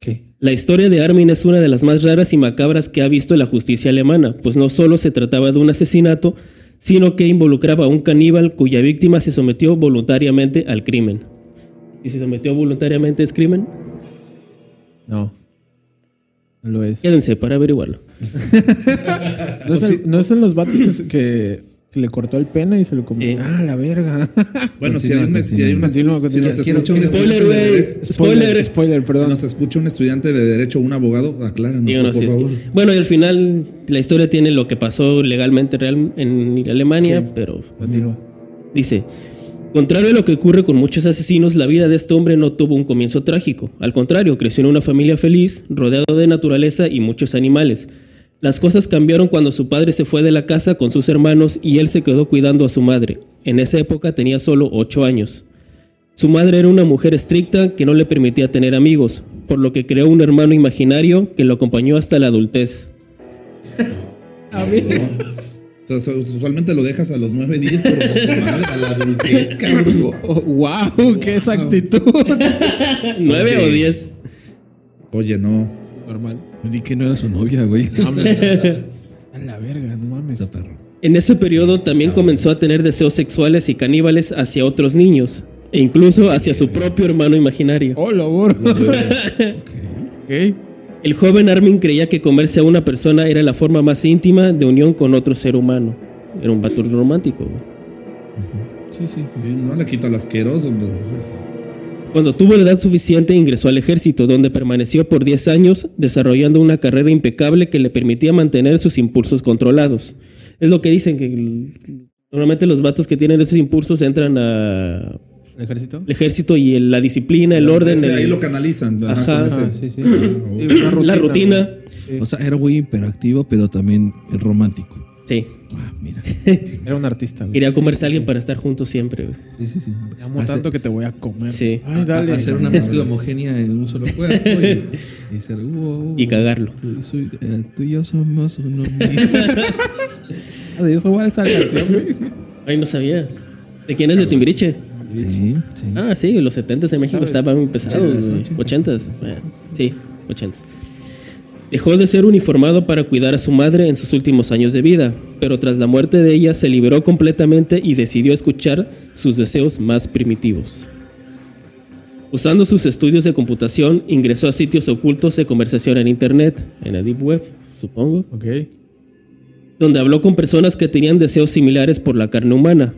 A: ¿Qué?
E: La historia de Armin es una de las más raras y macabras que ha visto la justicia alemana, pues no solo se trataba de un asesinato, sino que involucraba a un caníbal cuya víctima se sometió voluntariamente al crimen. ¿Y si se sometió voluntariamente es crimen?
A: No. No lo es.
E: Quédense para averiguarlo.
A: ¿No, es el- no son los vatos que, se- que- que le cortó el pene y se lo comió.
E: Sí.
A: Ah, la verga.
D: Bueno, si hay
C: Continúa,
D: una. Si hay una.
A: continúa. Continúa,
D: Si nos
A: continúa.
D: escucha un
E: Spoiler,
D: estudiante de derecho-
E: güey. Spoiler.
A: Spoiler,
D: si
A: perdón.
D: nos escucha un estudiante de derecho o un abogado, acláranos,
E: Díganos
D: por
E: si es
D: favor.
E: que- Bueno, y al final la historia tiene lo que pasó legalmente real en Alemania, pero
A: Continúa.
E: dice, contrario a lo que ocurre con muchos asesinos, la vida de este hombre no tuvo un comienzo trágico. Al contrario, creció en una familia feliz, rodeado de naturaleza y muchos animales. Las cosas cambiaron cuando su padre se fue de la casa con sus hermanos y él se quedó cuidando a su madre. En esa época tenía solo 8 años. Su madre era una mujer estricta que no le permitía tener amigos, por lo que creó un hermano imaginario que lo acompañó hasta la adultez.
D: O sea, usualmente lo dejas a los 9, 10, pero pues, madre, a la adultez, cabrón.
A: wow, qué exactitud.
E: ¿Nueve o diez?
D: Oye, no.
A: Normal.
C: Me di que no era su novia, güey.
A: A la verga, no mames.
C: Esa perro.
E: En ese periodo también comenzó a tener deseos sexuales y caníbales hacia otros niños, e incluso hacia su propio hermano imaginario.
A: Oh, lo borro. Ok.
E: El joven Armin creía que comerse a una persona era la forma más íntima de unión con otro ser humano. Era un batur romántico. güey.
A: Sí, sí.
D: Sí, no le quito al asqueroso. pues, pero-
E: Cuando tuvo la edad suficiente ingresó al ejército, donde permaneció por 10 años desarrollando una carrera impecable que le permitía mantener sus impulsos controlados. Es lo que dicen que el- normalmente los vatos que tienen esos impulsos entran a
A: ¿El ejército?
E: el ejército y el- la disciplina, el orden,
D: Ese,
E: el-
D: ahí lo canalizan. ajá,
E: Ajá.
D: con ese-
A: Ah, sí, sí. Sí, una
E: la rutina.
C: O sea, era güey hiperactivo, pero también romántico.
E: Sí,
C: Ah, mira.
A: güey. Era un artista, güey.
E: quería comerse a alguien para estar juntos siempre. güey.
C: Sí, sí, sí.
A: Te amo
C: Hace-
A: tanto que te voy a comer.
E: Sí.
A: Ay, dale.
C: a- hacer una mezcla homogénea en un solo cuerpo y, y ser wow,
E: Y cagarlo.
C: soy- soy- eh, tú y yo somos uno mismo.
A: De eso va esa canción, güey.
E: Ay, no sabía. ¿De quién es de Timbiriche?
C: sí, sí.
E: Ah, sí, los 70 en México estaban muy pesados. güey. 80s. bueno, sí, 80s. Dejó de ser uniformado para cuidar a su madre en sus últimos años de vida, pero tras la muerte de ella se liberó completamente y decidió escuchar sus deseos más primitivos. Usando sus estudios de computación, ingresó a sitios ocultos de conversación en Internet, en la Deep Web, supongo,
A: Ok.
E: donde habló con personas que tenían deseos similares por la carne humana.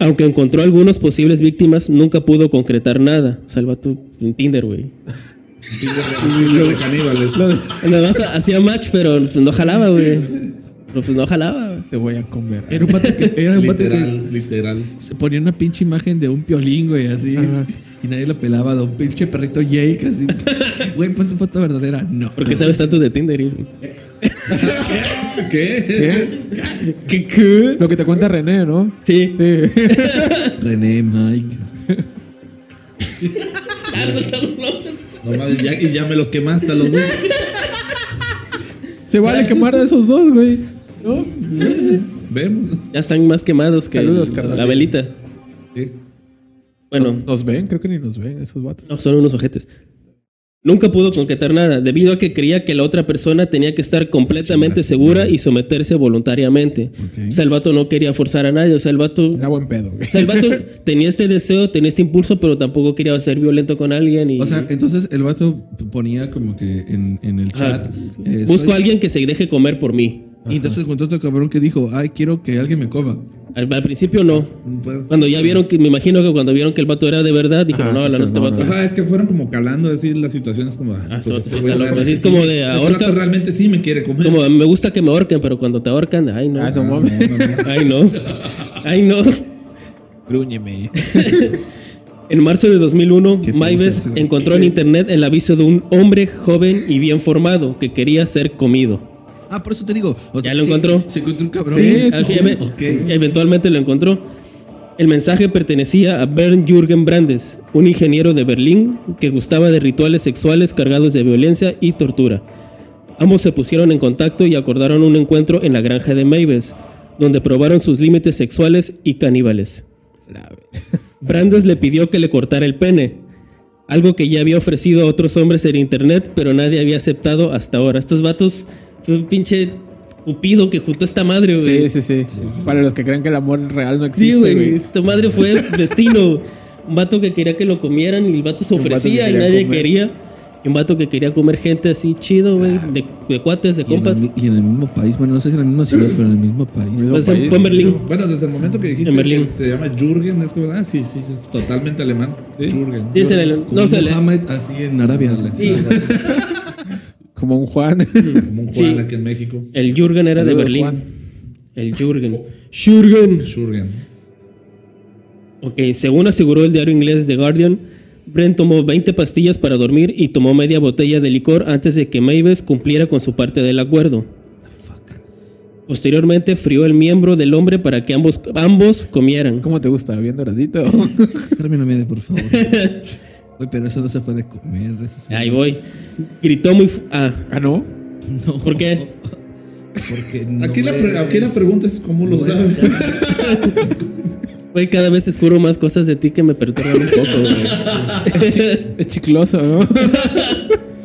E: Aunque encontró algunos posibles víctimas, nunca pudo concretar nada. Salva tu en Tinder, güey.
D: Sí, de- de- de caníbales.
E: Nada más hacía match, pero no pues, jalaba, güey. Pero pues no jalaba, güey.
A: Te voy a comer.
F: Era un vato que, era un vato que
D: Literal, literal.
F: se ponía una pinche imagen de un piolín, güey, así. Y nadie la pelaba, de un pinche perrito Jake, así. Güey, pon tu foto verdadera. No.
E: ¿Por qué sabes tanto de Tinder? hijo?
D: ¿Qué?
E: ¿Qué, qué?
A: Lo que te cuenta René, ¿no?
E: Sí.
A: Sí.
F: René, Mike.
E: Ah, soltaron nombres.
D: No mames, ya, y ya me los quemaste a los dos.
A: Se vale quemar de esos dos, güey. ¿No?
D: Vemos.
E: Ya están más quemados que
A: Saludos,
E: el-
A: carnal.
E: la velita.
D: Sí.
E: Bueno,
A: Nos ven, creo que ni nos ven esos vatos.
E: no, son unos ojetes. Nunca pudo concretar nada, debido a que creía que la otra persona tenía que estar completamente segura y someterse voluntariamente. O sea, el vato no quería forzar a nadie, o sea, el vato...
A: Era buen pedo, güey.
E: O sea, el vato tenía este deseo, tenía este impulso, pero tampoco quería ser violento con alguien. Y,
C: O sea, entonces el vato ponía como que en, en el
E: Ajá.
C: chat. eh,
E: busco
C: soy-
E: a alguien que se deje comer por mí.
F: Y entonces encontró otro cabrón que dijo, ay, quiero que alguien me coma.
E: Al, al principio no.
D: Pues-
E: Cuando ya vieron que, me imagino que cuando vieron que el vato era de verdad, dijeron, no, no, no, este vato.
D: Ajá, es que fueron como calando así las situaciones como. ah,
E: Ah, está-
D: pues este
E: está
D: güey
E: loco,
D: realmente
E: así es
D: sí-
E: como de
D: este
E: ahorca-
D: vato realmente sí me quiere comer.
E: Como me gusta que me ahorquen, pero cuando te ahorcan, ay no.
A: Ah, no mames.
E: Ay no. Ay no.
A: Grúñeme.
E: En marzo de 2001,
F: ¿Qué te
E: Maives
F: gusta hacer?
E: encontró en internet el aviso de un hombre joven y bien formado que quería ser comido.
F: Ah, por eso te digo. o
E: ¿Ya lo encontró?
F: Se encontró un cabrón.
A: Sí,
E: Así
F: Ah,
E: eve-
F: ok.
E: Eventualmente lo encontró. El mensaje pertenecía a Bernd Jürgen Brandes, un ingeniero de Berlín que gustaba de rituales sexuales cargados de violencia y tortura. Ambos se pusieron en contacto y acordaron un encuentro en la granja de Mavis, donde probaron sus límites sexuales y caníbales. Brandes le pidió que le cortara el pene, algo que ya había ofrecido a otros hombres en internet, pero nadie había aceptado hasta ahora. Estos vatos fue un pinche cupido que juntó esta madre, güey.
A: Sí, sí, sí. Para los que creen que el amor real no
E: Sí,
A: existe,
E: güey.
A: güey.
E: Esta madre fue destino. Un vato que quería que lo comieran y el vato se
A: Un vato que
E: ofrecía y
A: quería
E: nadie
A: comer.
E: quería. Y un vato que quería comer gente así chido, güey.
A: Ah.
E: De, de cuates, de
F: Y en, el,
E: compas.
F: mi- y en el mismo país, bueno, no sé si en la misma ciudad, pero en el mismo país.
E: Fue, fue en Berlín.
D: Bueno, desde el momento que dijiste
E: En Berlín.
D: que se llama Jürgen, es como, ah, sí, sí, es totalmente alemán. Jürgen.
E: Sí, se le-
F: Como
E: no, se le-
F: Mohammed, así en Arabia.
E: sí,
A: Como un Juan.
D: Como un Juan
E: Sí.
D: aquí en México.
E: El Jürgen era de
A: Saludos,
E: Berlín.
A: Juan.
E: El Jürgen. Jürgen.
D: Jürgen.
E: Ok, según aseguró el diario inglés The Guardian, Brent tomó 20 pastillas para dormir y tomó media botella de licor antes de que Mavis cumpliera con su parte del acuerdo. Posteriormente frió el miembro del hombre para que ambos, ambos comieran.
A: ¿Cómo te gusta? Bien doradito.
F: Término medio, por favor. Güey, pero eso no se puede comer. eso es-
E: Ahí voy. Gritó muy... fu- Ah,
A: ah, no.
F: No.
E: ¿Por qué?
F: Porque no
D: Aquí, la pre-
F: eres-
D: aquí la pregunta es cómo lo sabe.
E: güey, cada vez descubro más cosas de ti que me perturban un poco. güey.
A: Es chicloso, ¿no?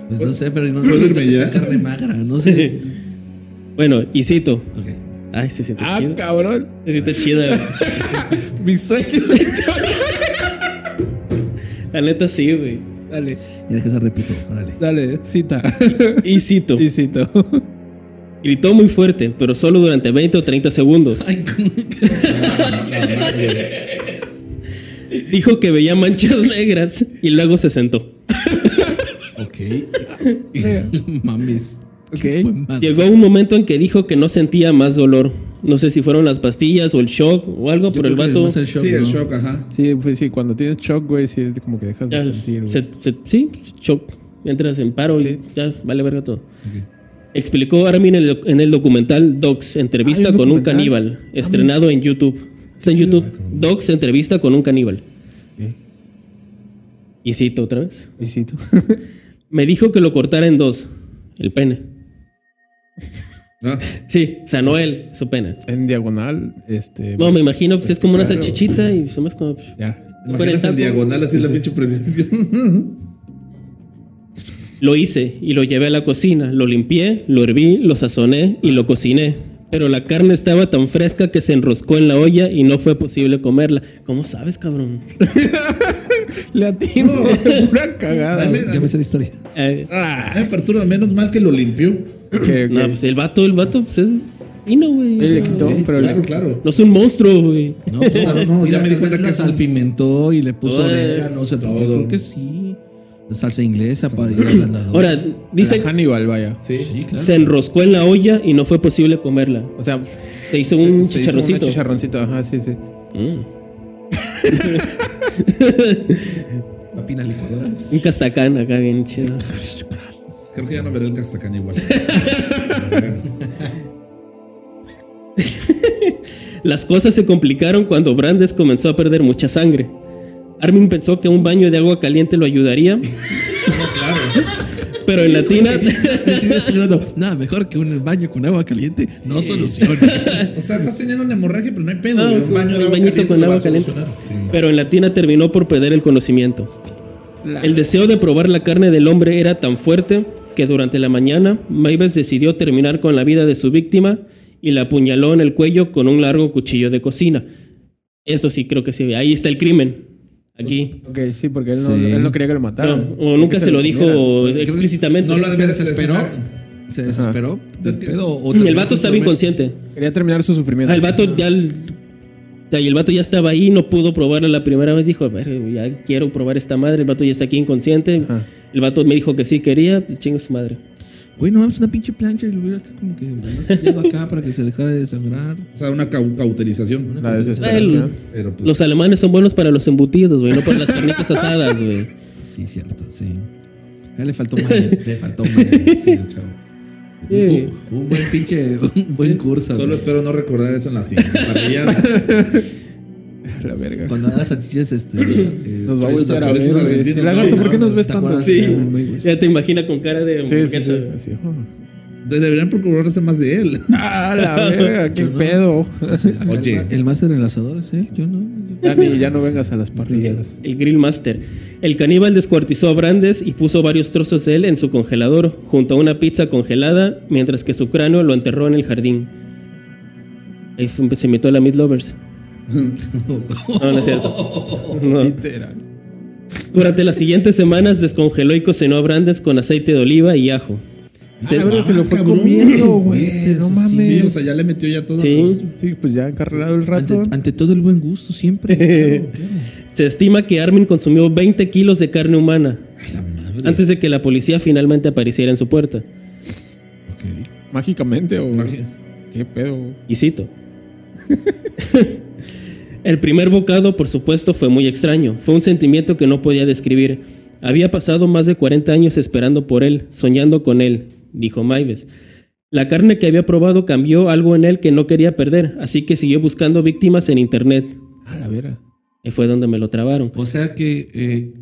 F: Pues no sé, pero no
D: ¿Puedo
F: no-
D: irme ya?
F: esa carne magra, no sé.
E: bueno, y cito.
F: Ok.
E: Ay, se siente
A: ah,
E: chido.
A: cabrón.
E: Se siente chida. güey.
A: Mi sueño.
E: La neta sí, güey.
A: Dale,
F: Ya deja de ser de puto, órale.
A: dale, cita.
E: Y cito.
A: Y cito.
E: Gritó muy fuerte, pero solo durante 20 o 30 segundos.
F: Ay, ¿cómo que?
E: Dijo que veía manchas negras y luego se sentó.
F: Ok. Mames.
A: Ok.
F: Buen madre.
E: Llegó un momento en que dijo que no sentía más dolor. No sé si fueron las pastillas o el shock o algo, pero el
F: creo que
E: vato
F: más el shock,
D: Sí, el
F: ¿no?
D: shock, ajá.
A: Sí, pues sí, cuando tienes shock, güey, sí, es como que dejas de
E: ya
A: sentir, güey.
E: se- se- sí, shock. Entras en paro
A: Sí.
E: y ya vale verga todo. Explicó Armin en el, en el documental Docs, entrevista
A: Ah, ¿hay un
E: con un
A: documental?
E: caníbal, estrenado en YouTube. Está en YouTube. Docs, entrevista con un caníbal.
A: Ok.
E: Y cito otra vez.
A: Y cito.
E: Me dijo que lo cortara en dos, el pene.
D: Ah,
E: Sí, o sea, no él, su pene.
A: en diagonal, este.
E: No, me imagino, pues es como una salchichita y somos como. pues,
A: Ya.
E: Con el
D: Imaginas
E: taco.
D: en diagonal así la pinche precisión.
E: Lo hice y lo llevé a la cocina. Lo limpié, lo herví, lo sazoné y lo cociné. Pero la carne estaba tan fresca que se enroscó en la olla y no fue posible comerla. ¿Cómo sabes, cabrón?
A: Le atino, güey, pura cagada. güey.
F: Ya me sé la historia.
E: Eh,
D: Ah, Me perturba, menos mal que lo limpió.
A: Ok, ok.
E: no, pues el vato, el vato, pues es fino, güey.
A: Él le quitó, pero le-
D: Claro, claro.
E: No es un monstruo, güey.
F: No,
C: pues,
F: no,
D: no, ya me di cuenta que
F: la
D: es un-
E: Pues,
F: salpimentó y le puso
E: Ay.
F: orégano, se todo.
D: Todo.
F: Creo que sí.
C: salsa inglesa para ir ablandador.
E: Ahora,
A: Dice
E: dicen
A: Hannibal, vaya.
C: sí, claro.
E: se enroscó en la olla y no fue posible comerla.
A: O sea,
E: Se hizo un
A: se hizo
E: chicharroncito.
A: un chicharroncito, ajá, sí, sí.
C: Papina licuadora.
E: un castacán acá bien chido.
D: Creo que ya no veré el Castacán igual.
E: Las cosas se complicaron cuando Brandes comenzó a perder mucha sangre. Armin pensó que un baño de agua caliente lo ayudaría. Pero en la tina,
C: Nada, mejor que un baño con agua caliente no soluciona.
D: O sea, estás teniendo una hemorragia, pero no hay pedo.
E: Ah,
D: güey.
E: con-
D: un
E: un
D: baño de agua
E: bañito
D: caliente
E: con
D: lo
E: agua
D: va a solucionar.
E: pero en la tina terminó por perder el conocimiento. El deseo de probar la carne del hombre era tan fuerte que durante la mañana Mavis decidió terminar con la vida de su víctima y la apuñaló en el cuello con un largo cuchillo de cocina. Eso sí creo que sí. Ahí está el crimen. Aquí.
A: Ok, sí, porque él, no,
C: Sí.
A: él no quería que lo
E: No,
A: mataran.
E: o nunca
A: Ah, Que
E: se lo
A: comieran.
E: dijo explícitamente.
D: No lo
C: se
D: adviertes,
C: desesperó. Se desesperó. desesperó, o terminó
E: el vato
C: con
E: está
C: su
E: bien
C: men-
E: consciente.
A: Quería terminar su sufrimiento.
E: Ah, el vato ya. El, ya, y el vato ya estaba ahí, no pudo probarla la primera vez. Dijo, a ver, ya quiero probar esta madre. El vato ya está aquí inconsciente. El vato me dijo que sí quería. Pues chinga su madre.
C: Güey, no mames, una pinche plancha y lo hubiera como que sellado acá para que se dejara de sangrar.
D: O sea, una cau- cauterización.
A: La
E: El-
A: desesperación.
D: Pero pues.
E: los alemanes son buenos para los embutidos, güey, no para las carnitas asadas, güey.
C: Sí, cierto, sí. Ya le faltó maña. le faltó maña. Sí, al chavo. Un, un buen pinche, un buen curso.
D: Solo
C: güey.
D: espero no recordar eso en la siguiente parrilla.
A: La verga.
C: Cuando hagas salchichas, este. eh,
A: Nos va a
D: Oye,
A: voltear a
D: los
A: ver.
D: chorizo
A: güey.
D: argentino,
A: Lagarto,
D: ¿no?
A: ¿por qué nos ves
C: ¿te
A: tanto?
C: acuerdas?
E: Sí,
C: Ah, güey, güey.
E: ya te imagina con cara de
A: Sí, sí,
E: hamburguesa.
A: sí.
E: güey.
A: así, oh.
D: De- Deberían procurarse más de él.
A: Ah, la verga, qué pedo.
D: Oye,
C: El más enlazador es él, yo no.
A: Dani, ya no vengas a las parrillas.
E: El Grill Master. El caníbal descuartizó a Brandes y puso varios trozos de él en su congelador, junto a una pizza congelada, mientras que su cráneo lo enterró en el jardín. Ahí fue- se metió la Meat Lovers. No, no es cierto. No.
D: Ah,
E: Durante las siguientes semanas descongeló y cocinó a Brandes con aceite de oliva y ajo.
A: Ah, la verga, se lo fue
D: cabrón,
A: comiendo, güey. este,
C: güey, este,
A: No
C: eso sí,
A: mames.
D: sí, o sea, ya le metió ya todo.
E: Sí.
A: Sí, pues ya encarrilado el
C: Ante,
A: rato.
C: ante todo el buen gusto, siempre. claro, claro.
E: Se estima que Armin consumió 20 kilos de carne humana antes de que la policía finalmente apareciera en su puerta.
C: Ok.
A: Mágicamente, o. Qué pedo.
E: Y cito. El primer bocado, por supuesto, fue muy extraño. Fue un sentimiento que no podía describir. Había pasado más de 40 años esperando por él, soñando con él, dijo Maives. La carne que había probado cambió algo en él que no quería perder, así que siguió buscando víctimas en internet.
A: A la verga.
E: Y fue donde me lo trabaron.
C: O sea que eh,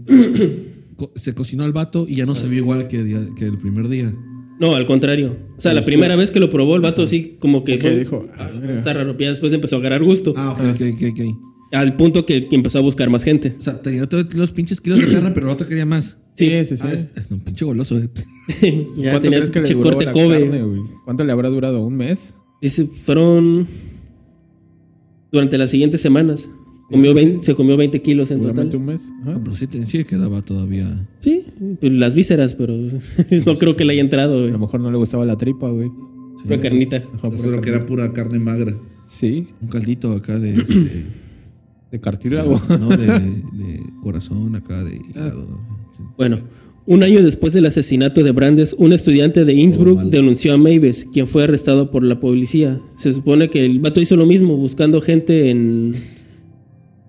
C: co- se cocinó el vato y ya no se vio igual que, día- que el primer día.
E: No, al contrario. O sea, la primera vez que lo probó, el vato sí como que...
A: Este Que
E: fue-
A: dijo, eh. a la verga.
E: Está raro, ya después empezó a agarrar gusto.
C: Ah, ok, ok, ok, ok.
E: Al punto que que empezó a buscar más gente.
C: O sea, tenía todos los pinches kilos de carne, pero el otro quería más.
A: Sí, sí, sí.
C: Ah, es, es un pinche goloso. eh.
E: ya
A: ¿Cuánto crees
E: tenías
A: que le
E: pinche
A: duró
E: corte
A: la
E: Kobe.
A: carne, güey? ¿Cuánto le habrá durado? ¿Un mes?
E: Dice, fueron durante las siguientes semanas. Comió 20 se comió 20 kilos en total.
A: Seguramente un mes.
C: Ah,
A: Ajá.
C: pero sí, te- sí quedaba todavía.
E: Sí, pues, las vísceras, pero no creo que le haya entrado
A: A
E: güey.
A: lo mejor no le gustaba la tripa, güey.
E: una carnita.
A: Ajá, por
D: Solo
A: acá.
D: que era pura carne magra.
A: Sí,
C: Un caldito acá de. este,
A: de cartílago.
C: no, de, de corazón, acá de hígado. Sí.
E: Bueno, un año después del asesinato de Brandes, un estudiante de Innsbruck denunció a Mavis, quien fue arrestado por la policía. Se supone que el vato hizo lo mismo, buscando gente en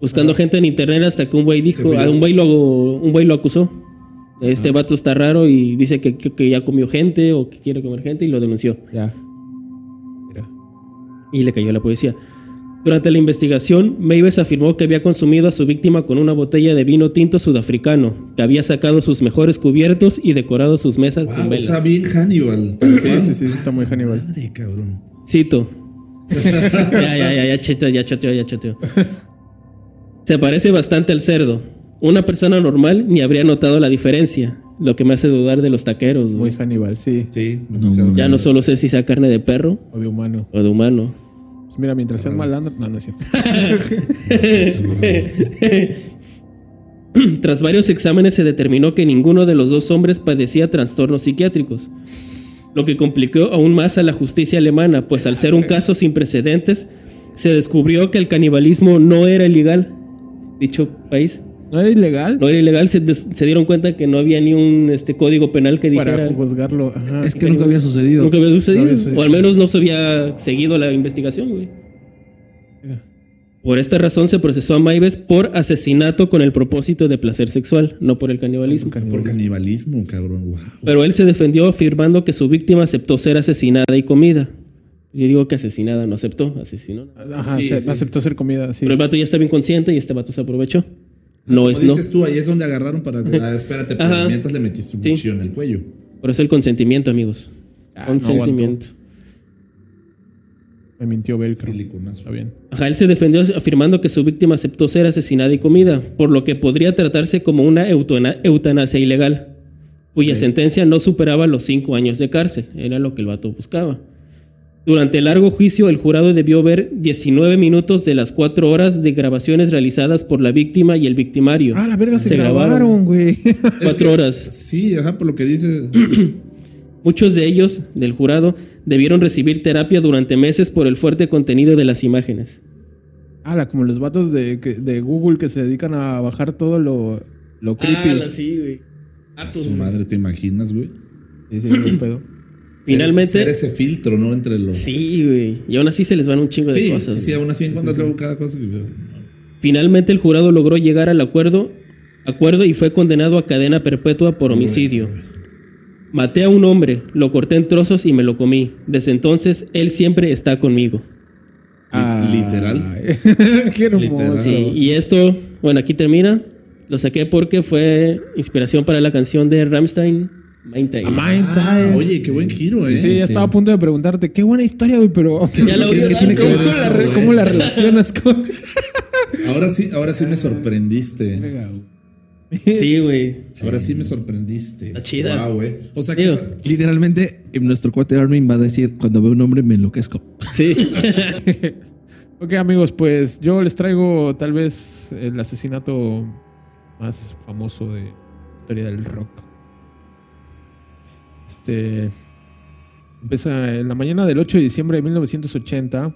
E: buscando gente en internet hasta que un güey dijo, a un güey lo un güey lo acusó. Este vato está raro y dice que, que- que ya comió gente o que quiere comer gente y lo denunció
A: ya. Mira.
E: y le cayó a la policía. Durante la investigación, Mavis afirmó que había consumido a su víctima con una botella de vino tinto sudafricano, que había sacado sus mejores cubiertos y decorado sus mesas
D: Wow,
E: con
D: Ah, o
E: velas.
D: sea, bien Hannibal.
A: Sí, sí, sí, está muy Hannibal.
D: Madre, cabrón.
E: Cito. ya, ya, ya, ya chateó, ya chateó, ya chateó. Se parece bastante al cerdo. Una persona normal ni habría notado la diferencia, lo que me hace dudar de los taqueros. güey.
A: Muy Hannibal, sí.
D: Sí, demasiado.
E: Ya no solo sé si sea carne de perro
A: O de humano.
E: o de humano.
A: Pues mira, mientras seas malandro. No, no es cierto.
E: Tras varios exámenes se determinó que ninguno de los dos hombres padecía trastornos psiquiátricos, lo que complicó aún más a la justicia alemana, pues al ser un caso sin precedentes, se descubrió que el canibalismo no era ilegal. Dicho país.
A: ¿No era ilegal?
E: No era ilegal, se, des- se dieron cuenta que no había ni un este, código penal que dijera.
A: para juzgarlo. Ajá.
F: Es que nunca había sucedido.
E: Nunca había sucedido.
A: No había sucedido.
E: O al menos no se había seguido la investigación, güey. Por esta razón se procesó a Maives por asesinato con el propósito de placer sexual, no por el canibalismo.
D: Por canibalismo, cabrón. Wow.
E: Pero él se defendió afirmando que su víctima aceptó ser asesinada y comida. Yo digo que asesinada no aceptó, asesinó.
A: Ajá, se- aceptó ser comida, sí.
E: Pero el vato ya estaba inconsciente y este vato se aprovechó.
A: Ah,
E: No
D: Como
E: es no.
D: dices tú, ahí es donde agarraron para. Ah, espérate, pero
E: Ajá.
D: mientras le metiste un
E: Sí.
D: cuchillo en el cuello.
E: Por eso el consentimiento, amigos.
A: Ah, no aguantó.
E: consentimiento.
A: Me mintió Velcro.
D: Siliconazo.
A: Está bien.
E: Ajá, él se defendió afirmando que su víctima aceptó ser asesinada y comida, por lo que podría tratarse como una eutana- eutanasia ilegal, cuya sentencia no superaba los cinco años de cárcel. Era lo que el vato buscaba. Durante el largo juicio, el jurado debió ver 19 minutos de las 4 horas de grabaciones realizadas por la víctima y el victimario.
A: Ah, la verga, se, grabaron, güey.
E: 4 horas.
D: Sí, ajá, por lo que dices.
E: Muchos de ellos, del jurado, debieron recibir terapia durante meses por el fuerte contenido de las imágenes.
A: Ah, la- como los vatos de, que- de Google que se dedican a bajar todo lo, lo creepy.
E: Ah, sí, güey. Ah, pues,
D: A ah, su madre, ¿te imaginas, güey?
A: Sí, sí, no hay pedo.
E: Finalmente-
D: Ser ese filtro, ¿no? Entre los. Sí,
E: Sí, güey. Y aún así se les van un chingo de
D: sí,
E: cosas.
D: sí,
E: güey.
D: aún así encuentras luego cada cosa que. pues,
E: Finalmente el jurado logró llegar al acuerdo, acuerdo y fue condenado a cadena perpetua por homicidio. Maté a un hombre, lo corté en trozos y me lo comí. Desde entonces, él siempre está conmigo.
D: Ah, literal.
A: Qué hermoso.
D: Literal.
E: Sí, y esto, bueno, aquí termina. Lo saqué porque fue inspiración para la canción de Rammstein, Mein Teil.
A: Mind
D: Ah,
A: Time.
D: oye, qué buen giro, ¿eh?
A: Sí, ya estaba a punto de preguntarte, qué buena historia, güey, pero
E: Ya la
A: ¿qué-
E: oí,
A: qué tiene que
E: ¿cómo
A: ver
E: la
A: esto,
D: re-
A: güey?
D: cómo la
A: relacionas con...?
D: Ahora sí, ahora sí me sorprendiste.
E: Sí, güey.
D: Ahora sí me sorprendiste. Está
E: chida.
D: Wow, güey. O sea, que
E: Digo.
D: esa-
F: Literalmente, en nuestro cuate Armin va a decir: Cuando veo un hombre, me enloquezco.
E: Sí.
A: Ok, amigos, pues yo les traigo tal vez el asesinato más famoso de la historia del rock. Este empieza en la mañana del 8 de diciembre de 1980.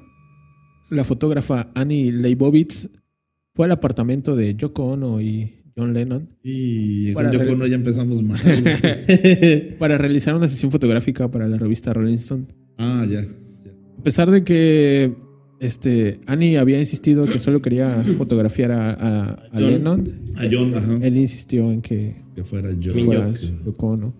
A: La fotógrafa Annie Leibovitz fue al apartamento de Yoko Ono y John Lennon
D: y con
A: Para
D: Yoko
A: re-
D: Ono ya empezamos mal. güey.
A: para realizar una sesión fotográfica para la revista Rolling Stone.
D: ah, ya.
A: A pesar de que este, Annie había insistido que solo quería fotografiar a, a- a Lennon,
D: A John, ajá.
A: él insistió en que
D: Que fuera yo.
A: fuera Yoko Ono.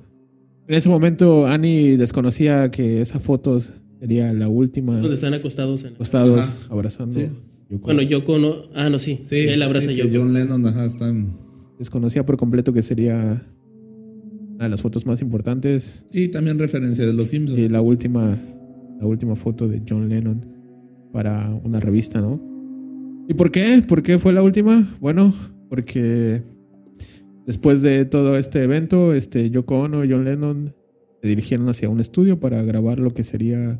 A: En ese momento Annie desconocía que esa foto sería la última.
E: Donde están acostados. en-
A: Costados
D: Ajá.
A: abrazando.
D: Sí.
A: Yoko.
E: Bueno, Yoko no. Ah, no, sí.
D: Sí,
E: Él abraza
D: sí,
E: a
D: que
E: Yoko.
D: John Lennon, ajá, están.
A: desconocía por completo que sería una de las fotos más importantes.
D: Y también referencia de los Simpsons.
A: Y la última, la última foto de John Lennon para una revista, ¿no? ¿Y por qué? ¿Por qué fue la última? Bueno, porque después de todo este evento, este Yoko Ono y John Lennon se dirigieron hacia un estudio para grabar lo que sería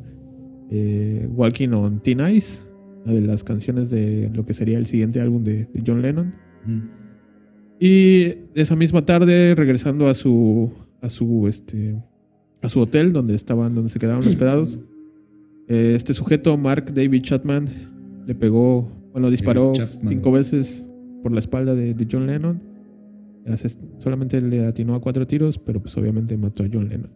A: eh, Walking on Thin Ice, una de las canciones de lo que sería el siguiente álbum de, de John Lennon. Y esa misma tarde, regresando a su a su este a su hotel donde estaban, donde se quedaron hospedados. Eh, Este sujeto, Mark David Chapman, le pegó, bueno, disparó
D: David Chapman.
A: cinco veces por la espalda de, de John Lennon. Ases- Solamente le atinó a cuatro tiros, pero pues obviamente mató a John Lennon.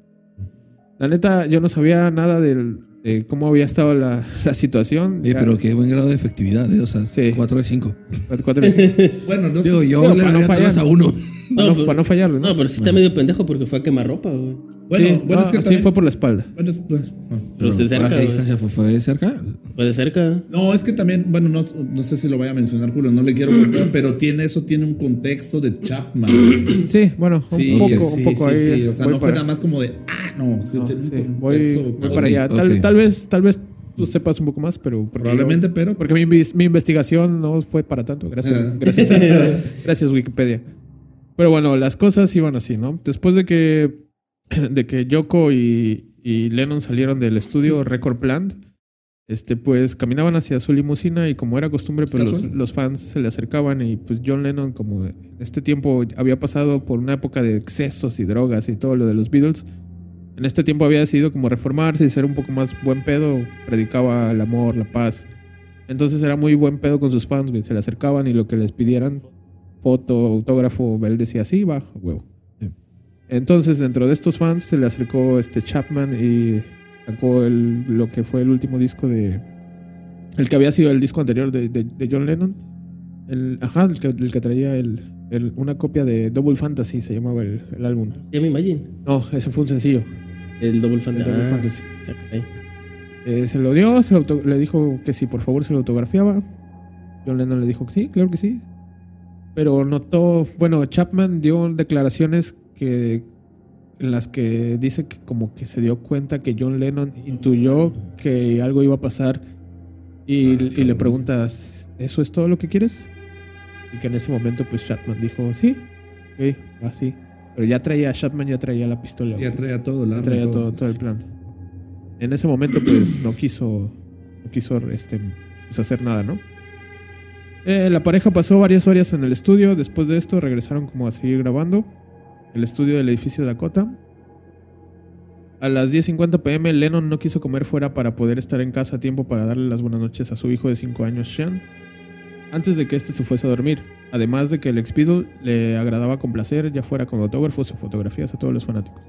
A: La neta, yo no sabía nada del, de cómo había estado la, la situación.
F: Oye,
A: Ya,
F: pero qué buen grado de efectividad, ¿eh? O sea,
A: Sí.
F: 4 de 5.
A: cuatro veces,
D: Bueno, no
F: Digo,
D: sé.
F: yo
A: Digo,
F: le
A: para no
F: daría atrás a
A: fallar.
F: uno.
A: para, no,
E: pero-
A: para no fallarlo, ¿no?
E: No, pero sí está medio pendejo porque fue a quemarropa, güey.
D: Bueno,
A: Sí, no,
D: bueno, es que
A: sí
D: también.
A: fue por la espalda.
D: bueno, es- pues, no.
E: Pero de cerca.
F: ¿A qué
E: güey.
F: distancia fue? ¿Fue cerca?
E: Fue de cerca.
D: No, es que también, bueno, no, no sé si lo vaya a mencionar, Julio, no le quiero contar, pero tiene eso, tiene un contexto de Chapman.
A: Sí, bueno, un
D: Sí,
A: poco,
D: sí,
A: un poco
D: sí,
A: ahí.
D: sí, O sea,
A: voy
D: no fue
A: para-
D: nada más como de, ah, no, sí, tiene
A: Sí,
D: un
A: voy,
D: contexto.
A: voy para allá.
F: ok.
A: Tal, tal vez, tal vez tú sepas un poco más, pero porque
D: Probablemente,
A: yo-
D: pero-
A: porque mi, inves- mi investigación no fue para tanto. Gracias,
D: Ah.
A: gracias, gracias Wikipedia. Pero bueno, las cosas iban así, ¿no? Después de que de que Yoko y, y Lennon salieron del estudio Record Plant, este, pues caminaban hacia su limusina y como era costumbre, pues los,
D: Casual.
A: los fans se le acercaban y pues John Lennon, como en este tiempo había pasado por una época de excesos y drogas y todo lo de los Beatles, en este tiempo había decidido como reformarse y ser un poco más buen pedo, predicaba el amor, la paz. Entonces era muy buen pedo con sus fans, güey, se le acercaban y lo que les pidieran foto, autógrafo, él decía, sí, va, a huevo. Entonces, dentro de estos fans se le acercó este Chapman y sacó el- lo que fue el último disco de. El que había sido el disco anterior de, de- de John Lennon. El, ajá, el que, el que traía el, el- una copia de Double Fantasy, se llamaba el, el álbum.
E: Ya me imagino.
A: No, ese fue un sencillo.
E: El Double Fantasy.
A: El Double Fantasy.
E: ya, caray.
A: Eh, se lo dio, se lo auto- le dijo que sí, por favor se lo autografiaba. John Lennon le dijo que sí, claro que sí. Pero notó, bueno, Chapman dio declaraciones que en las que dice que como que se dio cuenta que John Lennon intuyó que algo iba a pasar y, y le preguntas, ¿eso es todo lo que quieres? Y que en ese momento pues Chapman dijo, sí, ok, así. Pero ya traía, Chapman ya traía la pistola. güey.
D: Ya traía todo, la
A: Traía todo, todo el plan. En ese momento, pues no quiso, no quiso este, pues, hacer nada, ¿no? Eh, la pareja pasó varias horas en el estudio. Después de esto, regresaron como a seguir grabando. El estudio del edificio Dakota. A las 10.50 pm, Lennon no quiso comer fuera para poder estar en casa a tiempo para darle las buenas noches a su hijo de 5 años, Sean, antes de que este se fuese a dormir. Además de que el ex Beatle le E agradaba con placer, ya fuera con autógrafos o fotografías a todos los fanáticos.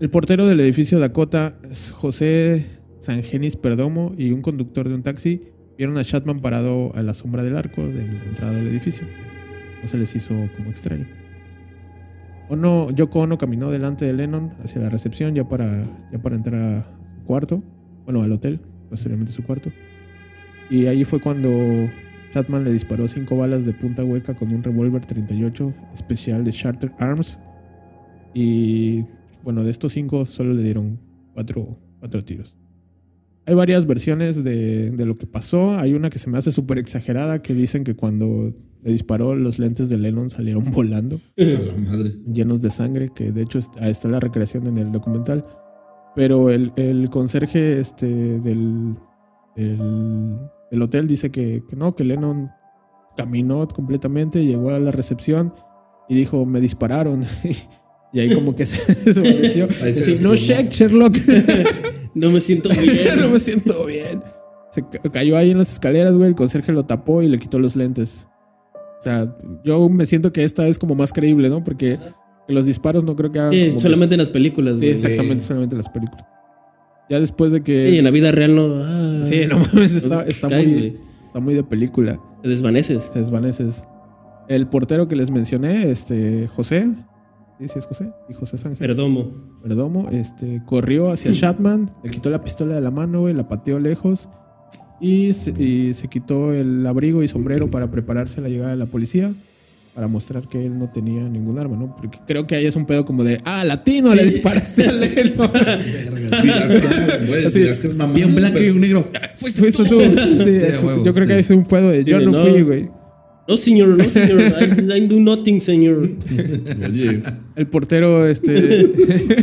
A: El portero del edificio Dakota, José Sangenis Perdomo, y un conductor de un taxi vieron a Chatman parado a la sombra del arco de la entrada del edificio. No se les hizo como extraño. Ono, Yoko Ono caminó delante de Lennon hacia la recepción ya para, ya para entrar a su cuarto, bueno, al hotel, posteriormente su cuarto. Y ahí fue cuando Chatman le disparó cinco balas de punta hueca con un revólver 38 especial de Charter Arms y bueno, de estos cinco solo le dieron cuatro, cuatro tiros. Hay varias versiones de, de lo que pasó. Hay una que se me hace súper exagerada que dicen que cuando le disparó los lentes de Lennon salieron volando,
D: A la madre.
A: llenos de sangre, que de hecho está- está la recreación en el documental. Pero el, el conserje este, del, del, del hotel dice que, que no, que Lennon caminó completamente, llegó a la recepción y dijo, me dispararon. y ahí como que se desapareció.
D: Ahí se
A: Decir, no,
D: desplomó.
A: Shaq, Sherlock,
E: No me siento bien.
A: no me siento bien. Se ca- cayó ahí en las escaleras, güey, el conserje lo tapó y le quitó los lentes. O sea, yo me siento que esta es como más creíble, ¿no? Porque los disparos no creo que hagan...
E: Sí,
A: como que-
E: solamente en las películas.
A: Sí,
E: güey.
A: exactamente, solamente las películas. Ya después de que...
E: Sí, en la vida real no. ah,
A: Sí, no mames, está,
E: te
A: está
E: caes,
A: muy,
E: güey.
A: está muy de película.
E: Te desvaneces.
A: Se desvaneces. El portero que les mencioné, este, José, ¿sí, sí es José? Y José Sánchez
E: Perdomo.
A: Perdomo, este, corrió hacia Chapman, le quitó la pistola de la mano, güey, la pateó lejos y se, y se quitó el abrigo y sombrero para prepararse a la llegada de la policía. Para mostrar que él no tenía ningún arma, ¿no? Porque creo que ahí es un pedo como de, ah, latino, le disparaste a Leno.
D: Dirás, güey,
A: Así,
D: dirás que es mamá.
F: Bien blanco y
D: pero-
F: un negro.
A: Fuiste tú. Sí,
F: a
A: es-
F: huevo,
A: yo creo
F: sí.
A: que ahí fue un pedo de, yo
E: de,
A: no
E: "No".
A: fui, güey.
E: No, señor, no, señor. I, I do nothing, señor.
D: Oye,
A: El portero, este.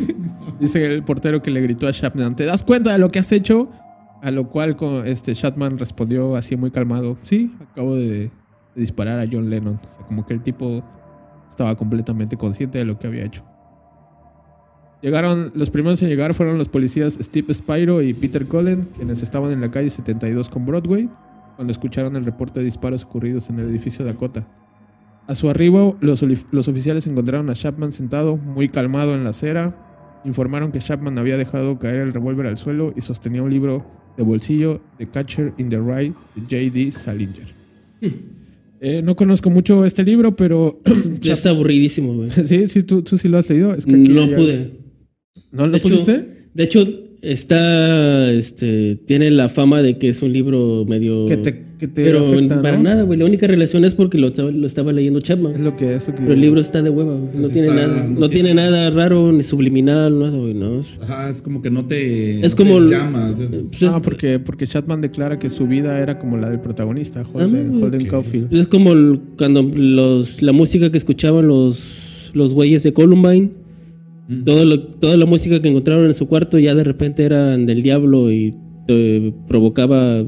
A: dice el portero que le gritó a Chapman: ¿Te das cuenta de lo que has hecho? A lo cual co- este, Chapman respondió así muy calmado: Sí, acabo de, de disparar a John Lennon. O sea, como que el tipo estaba completamente consciente de lo que había hecho. Llegaron, los primeros en llegar fueron los policías Steve Spyro y Peter Cullen, quienes estaban en la calle 72 con Broadway, cuando escucharon el reporte de disparos ocurridos en el edificio Dakota. A su arribo, los, oli- los oficiales encontraron a Chapman sentado, muy calmado en la acera. Informaron que Chapman había dejado caer el revólver al suelo y sostenía un libro de bolsillo de Catcher in the Rye de J.D. Salinger. Eh, no conozco mucho este libro, pero.
E: Es aburridísimo, güey.
A: sí, sí, tú, tú sí lo has leído. Es que aquí
E: No
A: ya-
E: pude.
A: ¿No lo
E: De hecho-
A: pudiste?
E: De hecho, está. Este. Tiene la fama de que es un libro medio.
A: Que te- que te
E: Pero
A: afecta,
E: para
A: ¿no?
E: nada, güey. La única relación es porque lo, estaba- lo estaba leyendo Chapman.
A: Es lo que es lo que.
E: Pero el libro está de hueva, güey. No
D: Mm. Entonces
E: tiene
D: está-
E: nada.
D: no
E: No tiene nada raro, ni subliminal, nada, güey. No. Es-
D: Ajá, es como que no te.
E: Es
D: no
E: como
D: te
E: el-
D: llamas. es-
E: pues es-
A: Ah, porque, porque Chatman declara que su vida era como la del protagonista, Holden,
E: güey.
A: Holden Caulfield.
E: Es como el- cuando los, la música que escuchaban los, los güeyes de Columbine.
D: Mm.
E: Todo lo- toda la música que encontraron en su cuarto ya de repente eran del diablo y te provocaba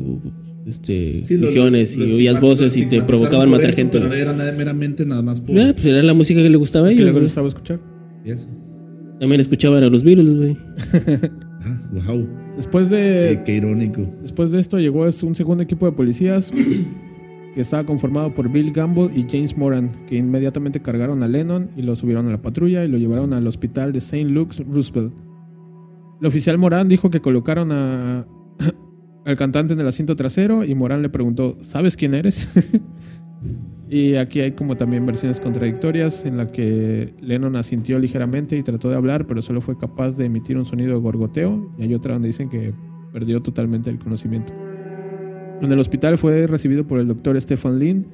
E: este,
D: sí, lo-
E: visiones
D: lo
E: y oías voces
D: estigma- lo
E: y te
D: estigmatizaron
E: provocaban
D: por
E: matar
D: eso,
E: gente.
D: Pero era nada- meramente nada más por.
E: Ah, pues era la música que le gustaba a
A: Que
E: ellos.
A: le
E: güey.
A: gustaba escuchar.
D: Yes.
E: También escuchaban a los Beatles, güey.
D: Ah, wow.
A: Después de,
D: qué irónico.
A: Después de esto llegó es- un segundo equipo de policías que estaba conformado por Bill Gamble y James Moran, que inmediatamente cargaron a Lennon y lo subieron a la patrulla y lo llevaron al hospital de St. Luke's Roosevelt. El oficial Moran dijo que colocaron a, al cantante en el asiento trasero y Moran le preguntó, ¿sabes quién eres? y aquí hay como también versiones contradictorias en la que Lennon asintió ligeramente y trató de hablar, pero solo fue capaz de emitir un sonido de gorgoteo y hay otra donde dicen que perdió totalmente el conocimiento. En el hospital fue recibido por el doctor Stefan Lin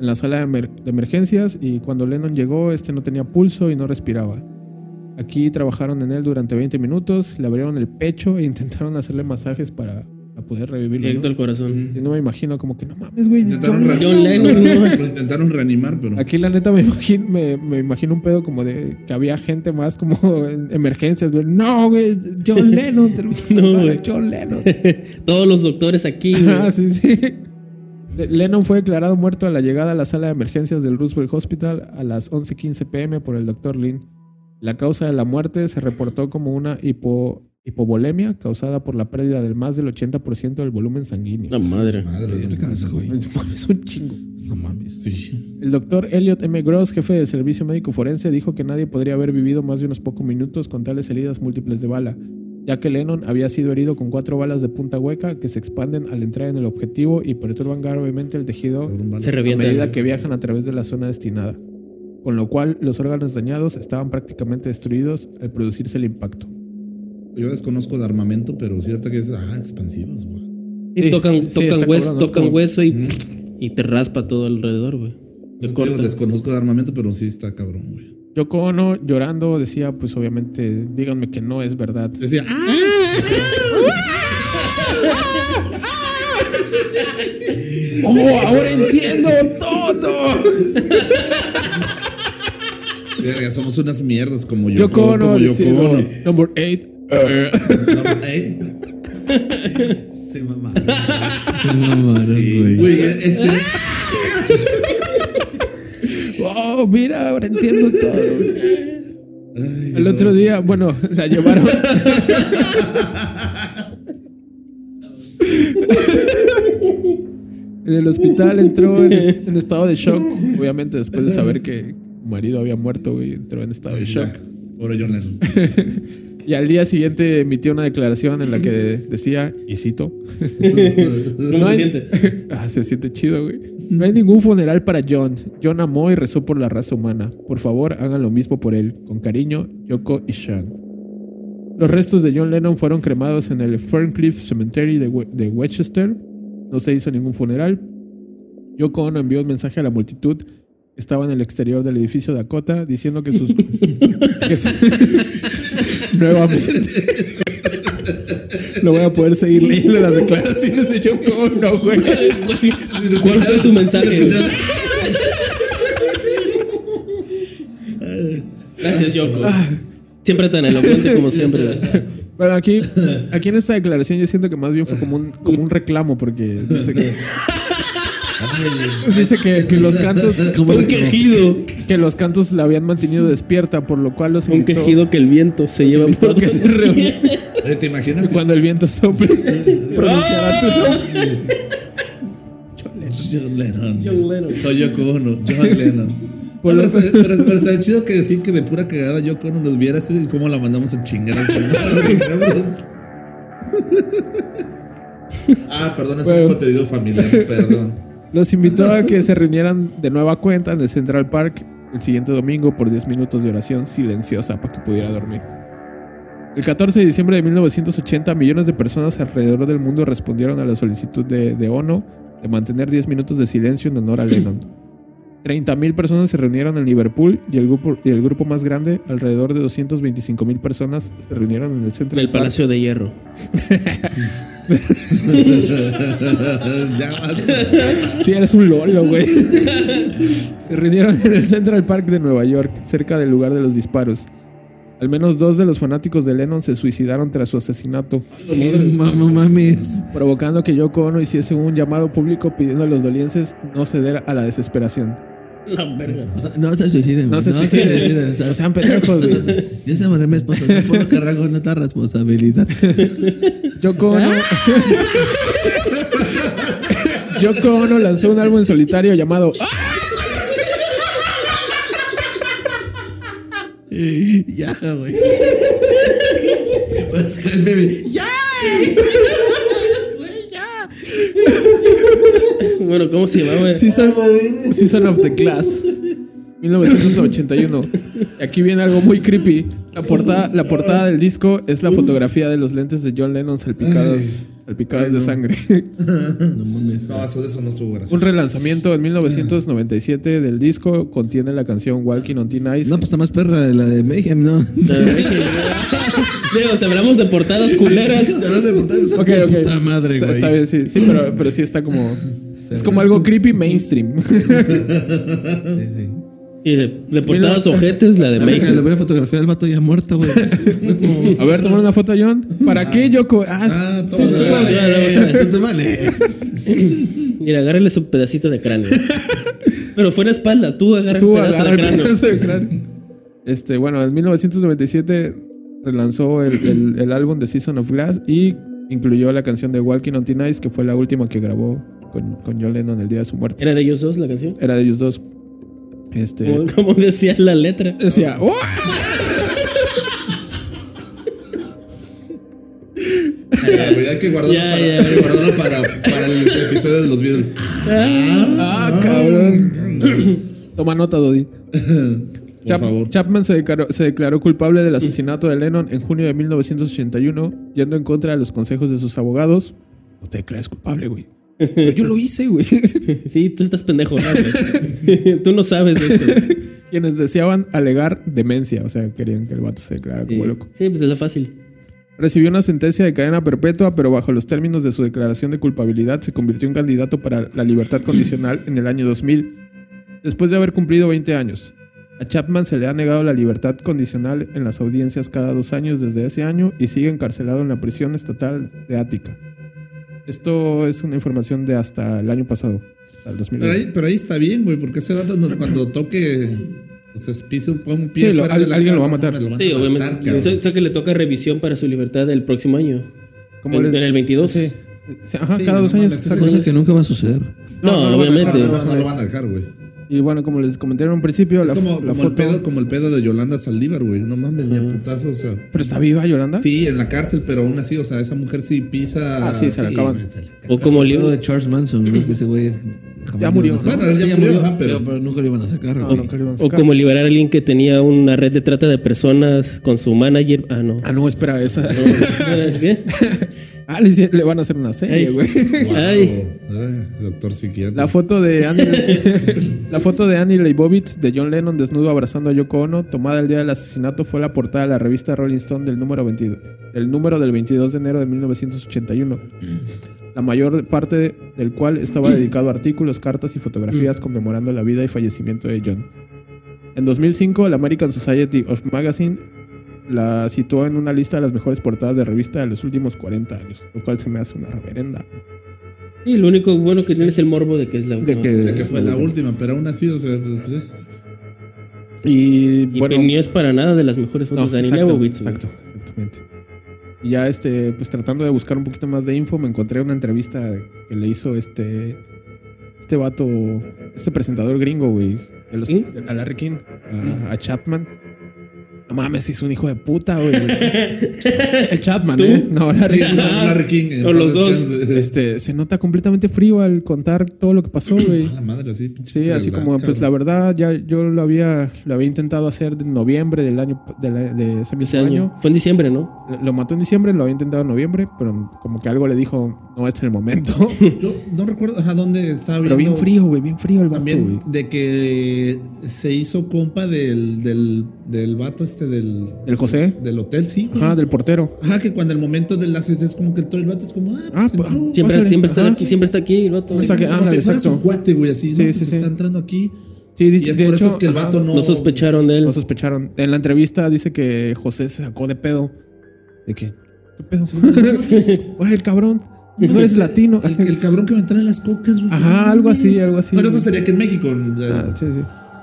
A: en la sala de, emer- de emergencias y cuando Lennon llegó este no tenía pulso y no respiraba. Aquí trabajaron en él durante 20 minutos, le abrieron el pecho e intentaron hacerle masajes para, para poder revivirlo. ¿no?
E: Directo al
D: Mm.
E: corazón.
A: Y no me imagino como que no mames, güey.
D: Intentaron,
A: John
D: re-
E: John Lennon, ¿no?
D: lo intentaron reanimar, pero
A: Aquí la neta me imagino, me, me imagino un pedo como de que había gente más como en emergencias. güey. No, güey, John Lennon, tenemos que
E: No,
A: salvar a
E: güey.
A: John Lennon.
E: Todos los doctores aquí. güey.
A: Ah, sí, sí. De- Lennon fue declarado muerto a la llegada a la sala de emergencias del Roosevelt Hospital a las 11:15 pm por el doctor Lynn. La causa de la muerte se reportó como una hipo- hipovolemia causada por la pérdida del más del 80% del volumen sanguíneo.
E: La madre.
D: madre,
C: Vergas, güey.
A: Es un chingo.
C: No mames.
D: sí.
A: El doctor Elliot M. Gross, jefe del servicio médico forense, dijo que nadie podría haber vivido más de unos pocos minutos con tales heridas múltiples de bala, ya que Lennon había sido herido con cuatro balas de punta hueca que se expanden al entrar en el objetivo y perturban gravemente el tejido
D: Cabrón, vale.
E: Se
A: a
E: revienta.
A: medida que viajan a través de la zona destinada, con lo cual los órganos dañados estaban prácticamente destruidos al producirse el impacto.
D: Yo desconozco de armamento, pero cierto que es ah, expansivos, güey.
E: Y
A: Sí,
E: tocan,
A: sí,
E: tocan
A: está
E: hueso,
A: cabrón, ¿no? Es
E: tocan
A: como-
E: hueso y, y te raspa todo alrededor, güey. Te
D: Eso te digo,
E: corta.
D: desconozco de armamento, pero sí está cabrón, güey.
A: Yoko Ono, llorando, decía, pues obviamente, díganme que no es verdad.
D: Yo decía, ¡ah!
A: ¡Oh, ahora entiendo todo!
D: verga, somos unas mierdas como yo.
A: Yoko Ono,
D: como Eh. yo
A: decía, number 8,
F: Se mamaron. Se mamaron, güey.
D: Güey, este,
A: Oh, mira, ahora entiendo todo. El otro día, bueno, la llevaron. en el hospital entró en, est- en estado de shock. Obviamente, después de saber que su marido había muerto, güey, entró en estado de shock.
D: Pobre John Lennon.
A: Y al día siguiente emitió una declaración en la que decía, y cito,
E: ¿Cómo se
A: hay-
E: siente?
A: Ah, se siente chido, güey. No hay ningún funeral para John. John amó y rezó por la raza humana. Por favor, hagan lo mismo por él. Con cariño, Yoko y Sean. Los restos de John Lennon fueron cremados en el Ferncliff Cemetery de, We- de Westchester. No se hizo ningún funeral. Yoko Ono envió un mensaje a la multitud que estaba en el exterior del edificio Dakota diciendo que sus... que se- Nuevamente. No voy a poder seguir leyendo las declaraciones de Yoko Ono, güey.
E: ¿Cuál fue su mensaje? güey? Gracias, Yoko. Siempre tan elocuente como siempre. güey.
A: Bueno, aquí, aquí en esta declaración yo siento que más bien fue como un, como un reclamo porque dice que... Dice que, que los cantos
E: Un quejido.
A: que los cantos la habían mantenido despierta, por lo cual los
E: Un
A: invitó-
E: quejido que el viento se lleva
A: invitó
E: por
A: a que se reúnan.
D: Eh, ¿Te imaginas?
A: cuando el viento sople. pronunciará tu nombre.
D: John Lennon. John Lennon. Soy Yoko Ono, John Lennon. No, pero, está- pero, pero está chido que decir que de pura cagada Yoko Ono nos viera así y cómo la mandamos a chingar a su madre, cabrón. Ah, perdón, es
A: Bueno.
D: un contenido familiar, perdón.
A: Los invitó a que se reunieran de nueva cuenta en el Central Park el siguiente domingo por 10 minutos de oración silenciosa para que pudiera dormir. El 14 de diciembre de 1980, millones de personas alrededor del mundo respondieron a la solicitud de, de Ono de mantener 10 minutos de silencio en honor a Lennon. 30.000 personas se reunieron en Liverpool y el grupo, y el grupo más grande, alrededor de 225.000 personas, se reunieron en el
E: En
A: Central
E: el
A: Park.
E: Palacio de Hierro.
D: ya basta.
A: Sí, eres un lolo, güey. Se reunieron en el Central Park de Nueva York, cerca del lugar de los disparos. Al menos dos de los fanáticos de Lennon se suicidaron tras su asesinato,
F: Mamá Eh, mames.
A: provocando que Yoko Ono hiciese un llamado público pidiendo a los dolientes no ceder a la desesperación.
E: La verga.
F: O sea, no se suiciden.
A: No
F: güey,
A: se suiciden,
F: o sea,
A: no sean pendejos, güey.
F: yo se amarré a mi esposa, no puedo cargar con otra responsabilidad.
A: Yoko Ono. Yoko Ono lanzó un álbum en solitario llamado ¡Ah!
F: Ya, güey. Pascal meme. ¡Ya! Güey, ya.
E: Bueno, ¿cómo se llamaba?
A: Season, Season of the Class 1981. Y Aquí viene algo muy creepy. La portada, la portada del disco es la fotografía de los lentes de John Lennon salpicados, salpicados de sangre.
C: No mames.
D: No, eso, eso no estuvo gracioso.
A: Un relanzamiento en 1997 del disco contiene la canción Walking on Thin Ice.
F: No, pues está más perra de la de Mayhem, ¿no?
E: Digo, si hablamos de portadas culeras.
F: Hablando de portadas,
A: Ok,
F: de
A: ok.
F: puta madre,
A: está,
F: güey.
A: está bien, sí, sí, pero, pero sí está como. Es como algo creepy mainstream.
F: Sí, sí.
E: Y de, de portadas ojetes, la de
F: La verga,
E: Mayhem.
F: le voy a fotografiar al vato ya muerto, güey.
A: A ver, tomar una foto, John. ¿Para qué, Yoko? Ah,
D: toma.
A: tú- tú-
F: Tú te vale.
E: Mira, agárrale su pedacito de cráneo. Pero fue en la espalda, tú agarra
A: Tú
E: el pedazo
A: agarra
E: de
A: el
E: cráneo.
A: pedazo de cráneo. Este, bueno, en 1997 relanzó el, el- el álbum de Season of Glass y incluyó la canción de Walking on Thin Ice, que fue la última que grabó con, con John Lennon el día de su muerte.
E: ¿Era de ellos dos la canción?
A: Era de ellos dos. Este.
E: Como, como decía la letra.
A: Decía, "Oh".
D: Ya, güey, hay que guardarlo,
E: Este, Ya,
D: para,
E: ya,
D: hay que
E: ya.
D: guardarlo para, para el episodio de los Beatles.
A: Ah, cabrón. Toma nota, Dodi.
D: Por
A: Chap-
D: favor.
A: Chapman se declaró, se declaró culpable del asesinato de Lennon en junio de 1981, yendo en contra de los consejos de sus abogados. No te declares culpable, güey. Pero yo lo hice, güey.
E: Sí, tú estás pendejo. ¿no, güey? tú no sabes de esto.
A: Quienes deseaban alegar demencia, o sea, querían que el vato se declarara
E: Sí.
A: como loco.
E: Sí, pues es la fácil.
A: Recibió una sentencia de cadena perpetua, pero bajo los términos de su declaración de culpabilidad se convirtió en candidato para la libertad condicional en el año 2000, después de haber cumplido 20 años. A Chapman se le ha negado la libertad condicional en las audiencias cada dos años desde ese año y sigue encarcelado en la prisión estatal de Ática. Esto es una información de hasta el año pasado, hasta el
D: Pero
A: 2020.
D: ahí, pero ahí está bien, güey, porque ese rato cuando toque. Pues pise un, un pie.
A: Sí, lo-
D: fuera de la
A: alguien
D: cama,
A: lo va a matar.
D: me van
E: Sí,
D: a
E: obviamente.
D: matar, cabrón.
E: O sea que le toca revisión para su libertad el próximo año.
A: ¿Cómo
E: en,
A: les-
E: en el 22.
A: Sí. Sí, ajá,
D: Sí,
A: cada dos
D: no
A: años.
D: mames,
A: saca-
D: ese
F: Cosa que nunca va a suceder.
E: No, obviamente.
D: No, no, no lo van a dejar, güey.
A: Y bueno, como les comenté en un principio,
D: Es
A: la,
D: como,
A: la
D: como, el
A: foto...
D: pedo, como el pedo de Yolanda Saldívar, güey. No mames, ni a putazos, o sea.
A: ¿Pero está viva Yolanda?
D: Sí, en la cárcel, pero aún así, o sea, esa mujer sí pisa.
A: Ah, sí, se la acaban.
D: güey, se la acaban.
E: O como
F: Todo
E: libro.
F: de Charles Manson, güey, que ese güey es- jamás
A: Ya
F: lo
A: murió.
F: iban a sacar.
D: Bueno, él ya
F: Sí,
D: murió, ajá, pero-
F: ah, pero nunca lo iban a sacar,
A: No,
F: güey.
A: nunca le iban a
E: O
A: sacar.
E: como liberar a alguien que tenía una red de trata de personas con su manager. Ah, no.
A: Ah, no, espera, esa.
E: ¿Qué?
A: Ah, le, hice- le van a hacer una serie,
E: Ey.
A: güey.
E: Ay,
D: Ay, doctor psiquiatra.
A: La foto de Annie, la foto de Annie Leibovitz de John Lennon desnudo abrazando a Yoko Ono, tomada el día del asesinato, fue la portada de la revista Rolling Stone del número 22, del número del 22 de enero de 1981. La mayor parte del cual estaba dedicado a artículos, cartas y fotografías conmemorando la vida y fallecimiento de John. En 2005, la American Society of Magazine la situó en una lista de las mejores portadas de revista de los últimos 40 años, lo cual se me hace una reverenda.
E: y lo único bueno que tiene es el morbo de que es la
A: De que,
D: De que fue la última, pero aún así, o sea, pues, eh.
A: Y,
E: Y
A: bueno,
E: no pues, es para nada de las mejores
A: no,
E: fotos de Annie
A: exacto,
E: Leibovitz, Pues güey.
A: exacto, exactamente. Y ya este, pues tratando de buscar un poquito más de info, me encontré una entrevista que le hizo este este vato, este presentador gringo, güey, de los-
E: ¿Mm?
A: a Larry King, a, a Chapman. No mames, es un hijo de puta, güey. El Chapman,
E: ¿Tú?
A: ¿eh? No, Larry King.
D: Larry King. en
E: O los
D: paz
E: dos.
D: descanse.
A: Este, se nota completamente frío al contar todo lo que pasó, güey.
D: A la madre, así. pinche
A: Sí, así
D: frialdad,
A: como, pues la
D: cabrón.
A: verdad, ya yo lo había, lo había intentado hacer en noviembre del año de, la- de ese mismo
E: Ese
A: año.
E: año. Fue en diciembre, ¿no?
A: Lo mató en diciembre, lo había intentado en noviembre, pero como que algo le dijo, no es el momento.
D: Yo no recuerdo a dónde estaba
A: pero bien
D: viendo
A: frío, güey, bien frío el vato,
D: También
A: güey.
D: de que se hizo compa del, del, del vato este del,
A: ¿Del José?
D: del hotel, sí. güey.
A: Ajá, del portero.
D: Ajá, que cuando el momento del asesinato es como que todo el vato es como, ah,
A: Ah,
D: pues,
A: pues,
D: entró,
E: Siempre,
A: Pásale,
E: siempre está
A: ajá.
E: aquí, siempre está aquí. el vato.
A: Sí, está aquí.
D: como
A: ándale,
D: si fuera su
A: exacto.
D: cuate, güey, así, ¿no?
A: Sí,
D: Pues
A: sí, sí.
D: está entrando aquí.
A: Sí, de,
D: Y es
A: de
D: por
A: hecho,
D: eso es que el
A: ajá,
D: vato no,
E: No sospecharon de él.
A: lo sospecharon. En la entrevista dice que José se sacó de pedo. De que, ¿qué pedo? Oye, el cabrón, no eres latino.
D: El, el cabrón que me trae las cocas, güey.
A: Ajá, algo así, algo así.
D: Bueno, eso sería que en México. eh,
A: Ah, sí, sí.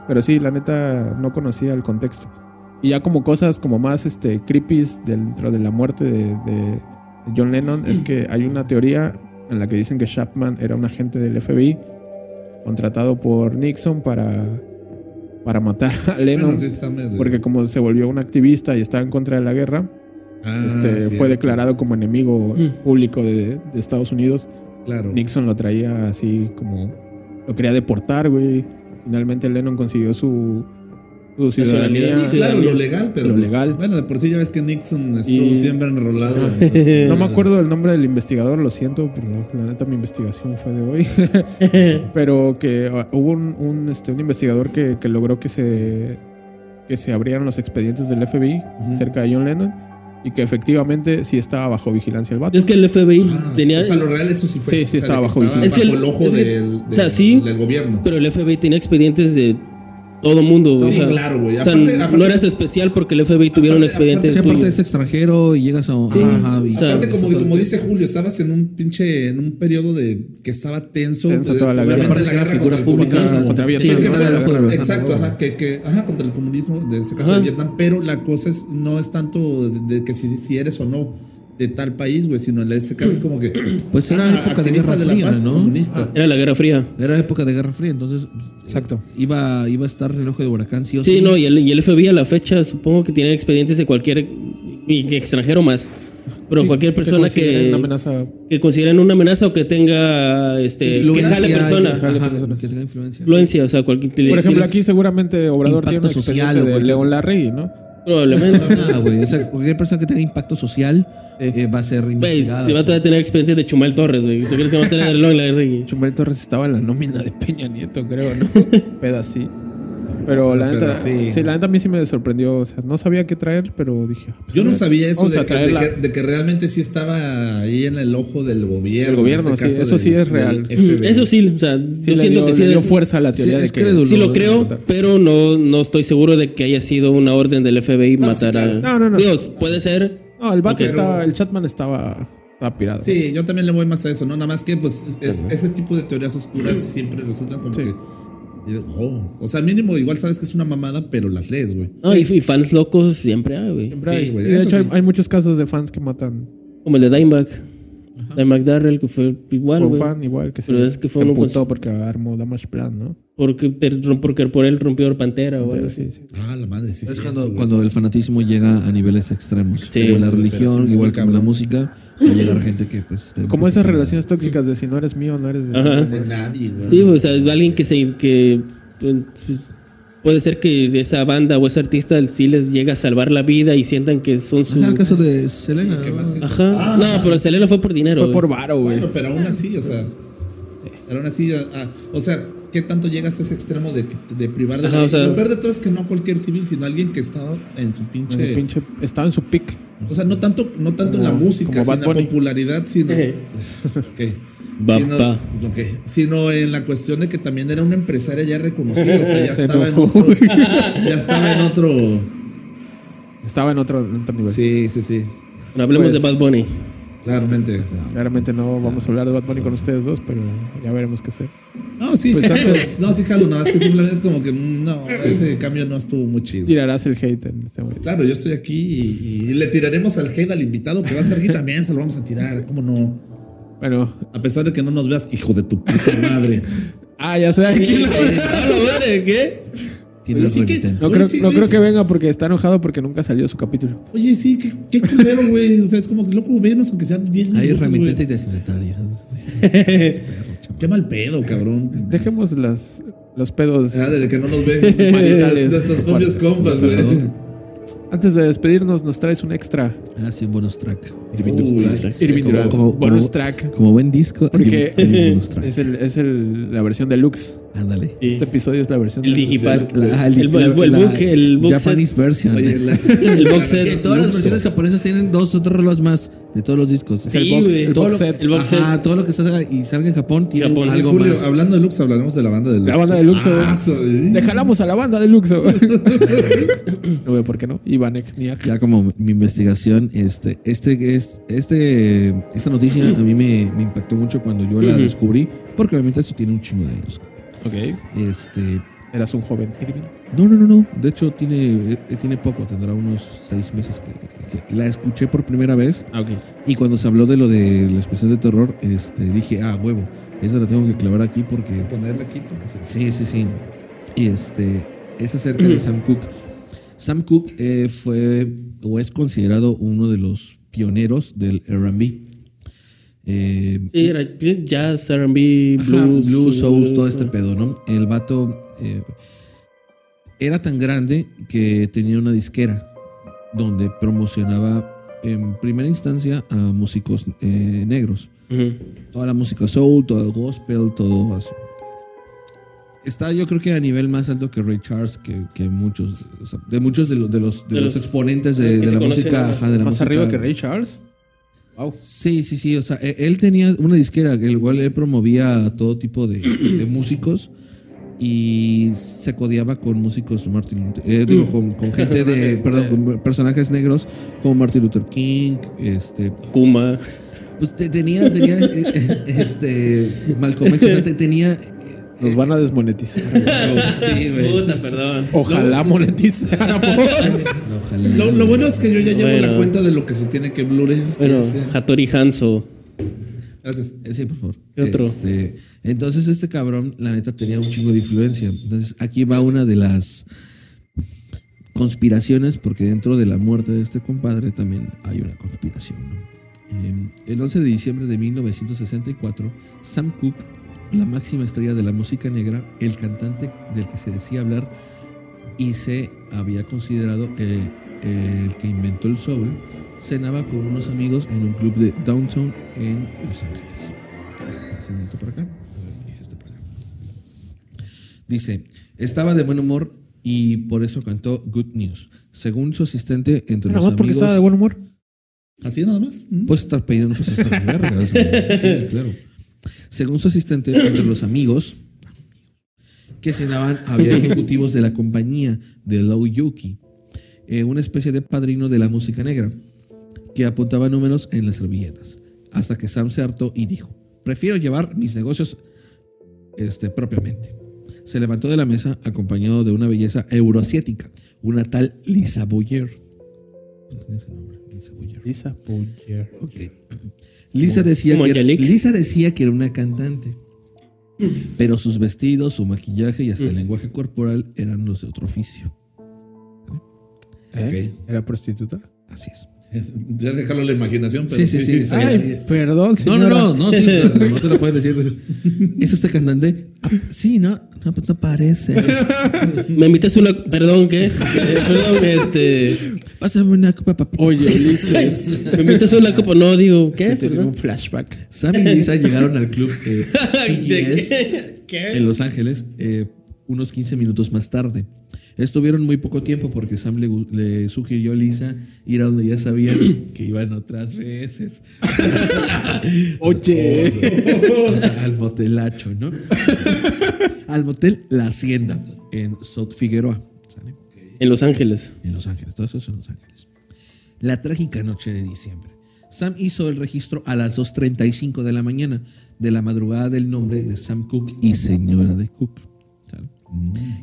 A: Pero sí, la neta no conocía el contexto. Y ya como cosas como más
D: Mm.
A: este creepies dentro de la muerte de, de- de John Lennon es que hay una teoría en la que dicen que Chapman era un agente del FBI contratado por Nixon para, para matar a Lennon.
D: Bueno, Ah, sí, está medio-
A: Porque como se volvió un activista y estaba en contra de la guerra,
D: Ah, Mm.
A: este,
D: sí,
A: fue declarado como enemigo público de, de Estados Unidos.
D: Claro.
A: Nixon lo traía así como... Lo quería deportar, güey. Finalmente Lennon consiguió su, su
E: ciudadanía.
A: ciudadanía.
D: Sí, claro, lo legal, pero
A: Lo
D: pues,
A: legal.
D: Bueno, de por sí ya ves que Nixon estuvo
A: Y-
D: siempre enrolado. entonces,
A: No me acuerdo del nombre del investigador, lo siento, pero no, la neta mi investigación fue de hoy. pero que ah, hubo un, un, este, un investigador que, que logró que se, que se abrieran los expedientes del FBI cerca de John Lennon y que efectivamente sí estaba bajo vigilancia el vato.
E: Es que el FBI
D: Ah,
E: tenía.
D: O sea, lo real eso sí fue.
A: Sí, sí,
D: o sea,
A: estaba
D: de
A: bajo
D: que estaba
E: vigilancia. Es
D: bajo el
E: que el-
D: ojo
E: es que-
D: del,
E: o sea,
D: del-
E: sí.
D: del gobierno.
E: Pero el FBI tenía expedientes de todo mundo. o
D: Sí,
E: sea,
D: claro, güey.
E: o sea,
D: Aparte- aparte-
E: no eras especial porque el FBI tuviera un
D: Aparte-
E: expediente
D: aparte-
F: Sí,
E: tuyo.
F: aparte es extranjero y llegas a. ajá, y-
E: o sea,
D: Aparte, como, como dice Julio, estabas en un pinche, en un periodo de que estaba tenso.
A: Tenso
D: de-
A: toda la
D: obviamente
A: guerra.
F: Aparte que era
D: guerra
F: figura
D: contra el
F: pública,
D: comunismo.
A: contra
D: Sí,
A: Vietnam, ¿no?
D: que era
A: La
D: la-
A: guerra
F: de
D: Exacto,
F: Vietnam.
D: ajá, que, que, ajá, contra el comunismo, de ese caso
E: Ajá.
D: de Vietnam, pero la cosa es, no es tanto de, de que si, si eres o no de tal país, güey, sino en este caso es como que.
F: Pues era época de
D: activista
F: Guerra Fría, ¿no? Ah,
D: comunista.
E: Era la Guerra Fría.
F: Era época de Guerra Fría, entonces
A: Exacto.
F: iba, iba a estar en el ojo de huracán, sí o sí.
E: Sí, no, y el, y el FBI a la fecha supongo que tiene expedientes de cualquier y extranjero más. Pero
A: Sí,
E: cualquier persona
A: consideren
E: que,
A: una amenaza.
E: que consideren una amenaza o que tenga
A: Eh,
E: este que
F: Influencia,
E: jale persona,
F: ajá,
A: jale persona.
F: que tenga influencia.
E: influencia, o sea, cualquier
A: Por ejemplo,
E: tiene-
A: aquí seguramente Obrador tiene un
F: Impacto
A: expediente
F: social o
A: de
F: cualquier-
A: León Larregui, ¿no?
E: probablemente
F: Ah, güey, o sea, cualquier persona que tenga impacto social eh, va a ser
E: Güey,
F: investigada.
E: te va a tener expedientes de Chumel Torres, güey. ¿Tú crees que va a tener el long la Ricky?
A: Chumel Torres estaba en la nómina de Peña Nieto, creo, ¿no? Peda sí. Pero la neta, sí. la neta a mí sí me sorprendió. O sea, no sabía qué traer, pero dije. ah, pues,
D: Yo
A: a
D: no
A: ver,
D: sabía eso
A: vamos
D: de
A: a
D: que, de
A: traerla.
D: que- de que realmente sí estaba ahí en el ojo del gobierno.
A: El gobierno,
D: en ese
A: sí,
D: caso
A: eso sí es real.
D: FBI.
E: Eso sí, o sea,
A: Sí,
E: yo
A: le
E: siento
A: dio,
E: que sí.
A: le dio
E: es-
A: fuerza a la
F: sí,
A: teoría de
F: es
A: que.
F: crédulo.
E: sí lo
F: No,
E: creo, pero no, no estoy seguro de que haya sido una orden del FBI matar a.
A: claro. No, no, no.
E: Dios, puede ser.
A: No, el vato
E: Pero-
A: estaba. El chatman estaba, estaba pirado.
D: Sí, yo también le voy más a eso, ¿no? Nada más que, pues, es- ese tipo de teorías oscuras siempre resultan como que. oh, o sea, mínimo, igual sabes que es una mamada, pero las lees, güey.
E: No, y, y fans locos siempre hay, güey.
A: Siempre hay-
D: Sí, güey,
A: y de
D: eso
A: hecho, hay,
D: sí.
A: hay muchos casos de fans que matan
E: Como el de Dimebag. Dimebag Darrell, que fue igual,
A: por un
E: Ah, güey.
A: fan, igual que
E: Pero
A: se,
E: es que fue pues-
A: se
E: un-
A: emputó porque armó Damage Plan, ¿no?
E: Porque, te rom- porque por él rompió Pantera, o algo
A: Pero
E: así.
A: sí, sí.
D: Ah, la madre, sí,
F: Es
D: sí.
F: cuando, cuando el fanatismo llega a niveles extremos.
E: Sí.
F: como la
D: Sí, pero
F: religión,
D: sí,
F: igual
D: muy
F: que la
D: cabrón.
F: música, va a llegar gente que pues... te-
A: Como esas relaciones tóxicas de si no eres mío, no eres de.
E: Ajá.
D: De nadie, güey.
E: Sí, o sea, es alguien que se que pues, puede ser que esa banda o ese artista sí les llega a salvar la vida y sientan que son su
F: Ajá, el caso de Selena. ¿no?
E: Ajá. no, pero Selena fue por dinero.
A: Fue
E: güey.
A: por varo, güey.
D: Bueno, pero aún así, o sea. Pero aún así, ah, ah, o sea, ¿qué tanto llegas a ese extremo de, de privar de
E: Ajá,
D: la
E: o sea-
D: Lo peor de todo es que no cualquier civil, sino alguien que estaba en su
A: En el
D: pinche.
A: pinche- estaba en su pick.
D: O sea, no tanto, no tanto en la
A: Como-
D: música,
A: como
D: sino
A: Bad
D: en la
A: Bunny.
D: popularidad, sino.
E: Ejé.
D: Ok.
E: Va,
D: Sino,
E: va.
D: ok, sino en la cuestión de que también era una empresaria ya reconocida, o sea, ya
A: Se
D: estaba en
A: enojó,
D: otro. ya estaba en otro.
A: Estaba en otro, en otro nivel.
D: Sí, sí, sí.
E: Bueno, hablemos
A: pues-
E: de Bad Bunny.
D: Claramente.
A: Claramente no vamos a hablar de Bad Bunny con ustedes dos, pero ya veremos qué hacer.
D: No, sí,
A: Pues
D: sí,
A: antes-
D: pues, no, sí, jalo, nada más que simplemente es como que mm, no, ese cambio no estuvo muy chido.
A: Tirarás el hate en este güey.
D: Claro, yo estoy aquí y, y le tiraremos al head al invitado que va a estar aquí también, se lo vamos a tirar, ¿cómo no?
A: Bueno,
D: A pesar de que no nos veas, hijo de tu puta madre.
A: ah, ya sé. de quién hablo.
E: ¿Qué?
F: Tiene
D: Oye,
F: los
D: sí que-
F: remitentes.
A: No
D: Oye,
A: creo,
D: sí,
A: no
D: oye,
A: creo
D: sí.
A: que venga porque está enojado porque nunca salió su capítulo.
D: Oye, sí, qué, qué culero, güey. O sea, es como que loco, venos aunque sean 10 minutos.
F: Hay
D: güey.
F: remitentes y destinatarios.
D: Qué mal pedo, cabrón.
A: Dejemos las, los pedos.
D: Ah, desde que no nos ven
A: Maritales.
D: nuestros propios compas, güey.
A: Antes de despedirnos, nos traes un extra.
F: Ah, sí, un bonus track.
A: Irving
F: Como-
A: Duran.
F: como-
A: bonus
F: como-
A: track.
F: Como buen disco.
A: Porque
F: hay un-
A: es,
F: hay un bonus track.
A: es el, es el- la versión deluxe.
F: Ándale.
E: Sí.
A: Este episodio es la versión
E: El
A: deluxe.
E: digipack.
F: La-
E: el, el- el
F: la-
E: book, el book set.
F: Japanese version.
D: Oye, la-
E: El
D: la
E: box set.
D: versión-
F: Que todas las
E: Luxo.
F: versiones japonesas tienen dos o tres relojes más de todos los discos.
A: Es el
E: Sí,
A: box,
E: güey.
A: el
E: Todo
A: box
E: lo-
A: set.
E: el box set.
F: Ajá, todo lo que salga y salga en Japón tiene
E: Japón.
F: algo
D: Julio,
F: más.
D: hablando de Lux, hablaremos de la banda de Lux.
A: La banda deluxe.
D: Ah, so-
A: Le jalamos a la banda deluxe. no veo por qué no. Ivanek Niak.
F: Ya como mi investigación, este, este, es- este, esta noticia a mí me, me impactó mucho cuando yo la descubrí, porque obviamente esto tiene un chingo de años.
A: Ok.
F: Este,
A: Eras un joven Irving.
C: No, no, no, no. De hecho, tiene, eh, tiene poco, tendrá unos seis meses que, que la escuché por primera vez.
A: Ah, ok.
C: Y cuando se habló de lo de la expresión de terror, este, dije, ah, huevo, esa la tengo que clavar aquí porque.
D: Ponerle aquí porque se-
C: Sí, sí, sí. Y este, es acerca de Sam Cooke. Sam Cooke eh, fue o es considerado uno de los pioneros del RB. Eh,
E: Sí, era pues, jazz, RB,
C: Ajá,
E: blues.
C: blues, souls,
E: eh,
C: todo este pedo, ¿no? El vato eh, era tan grande que tenía una disquera donde promocionaba en primera instancia a músicos eh, negros. Toda la música soul, todo el gospel, todo eso. Está yo creo que a nivel más alto que Ray Charles, que, que muchos, o sea, de muchos de los, de los, de
E: De
C: los
E: los-
C: exponentes
E: que
C: de, de
E: se
C: la
E: conocen
C: música.
E: ahora.
C: ajá, de la
A: Más
C: música-
A: arriba que Ray Charles.
C: Sí, sí, sí. O sea, e- él tenía una disquera, el cual él promovía a todo tipo de, de músicos y se codeaba con músicos Martin Luther- eh, digo, con, con gente de, perdón, con personajes negros como Martin Luther King, este,
E: Kuma.
C: pues te- tenía, tenía, eh, eh, este, Malcolm X, o sea, te- tenía,
A: Nos van a desmonetizar.
C: sí, güey.
E: Puta, perdón.
A: Ojalá monetizáramos.
C: Ojalá.
D: Lo, lo bueno es que yo ya llevo la
E: Bueno.
D: cuenta de lo que se tiene que blurear.
E: Bueno,
D: Sí.
E: Hattori Hanzo.
D: Gracias.
C: Eh, Sí, por favor.
E: ¿Qué otro?
C: Este, entonces este cabrón, la neta, tenía un chingo de influencia. Entonces aquí va una de las conspiraciones, porque dentro de la muerte de este compadre también hay una conspiración. ¿no? Eh, el 11 de diciembre de 1964, Sam Cooke, la máxima estrella de la música negra, el cantante del que se decía hablar y se había considerado eh, el que inventó el soul, cenaba con unos amigos en un club de downtown en Los Ángeles. Hacen esto por acá, y esto por acá. Dice, estaba de buen humor y por eso cantó Good News. Según su asistente, entre
A: Nada
C: los
A: más porque
C: amigos...
A: estaba de buen humor.
D: Así nada más. Mm.
C: Puedes estar pidiendo cosas tan vergas, güey. Sí, claro. Según su asistente, entre los amigos que cenaban, había ejecutivos de la compañía de Low Yuki, eh, una especie de padrino de la música negra, que apuntaba números en las servilletas. Hasta que Sam se hartó y dijo: Prefiero llevar mis negocios este, propiamente. Se levantó de la mesa acompañado de una belleza euroasiática, una tal Lisa Boyer. ¿Dónde tiene ese nombre? Lisa Boyer.
A: Lisa Boyer.
C: Ok. Lisa decía,
E: Como
C: que era,
E: Angelique.
C: Lisa decía que era una cantante, pero sus vestidos, su maquillaje y hasta el lenguaje corporal eran los de otro oficio.
A: ¿Eh? ¿Era prostituta?
C: Así es.
D: Ya dejarlo a la imaginación. Pero
C: Sí, sí, sí. sí.
A: Ay, perdón,
C: no,
A: señora.
C: no, no, no, sí, no, no te lo puedes decir. ¿Es este cantante? Ah, Sí, no, no, pues no parece.
E: Me invitas una. Perdón, ¿qué? Eh, perdón, este.
C: Pásame una copa, papito.
A: Oye, Ulises.
E: Me invitas una copa. No, digo, ¿qué?
A: Estoy teniendo
E: Perdón.
A: un flashback.
C: Sam y Lisa llegaron al club eh,
E: ¿De
C: PBS,
E: qué? ¿Qué?
C: en Los Ángeles eh, unos 15 minutos más tarde. Estuvieron muy poco tiempo porque Sam le, gu- le sugirió a Lisa ir a donde ya sabían que iban otras veces.
A: Oye.
C: O sea, al motelacho, ¿no? al motel La Hacienda en South Figueroa, ¿sale?
E: En Los Ángeles.
C: en Los Ángeles. Todo eso es en Los Ángeles. La trágica noche de diciembre. Sam hizo el registro a las 2.35 de la mañana de la madrugada del nombre de Sam Cook y señora de Cook. ¿sale?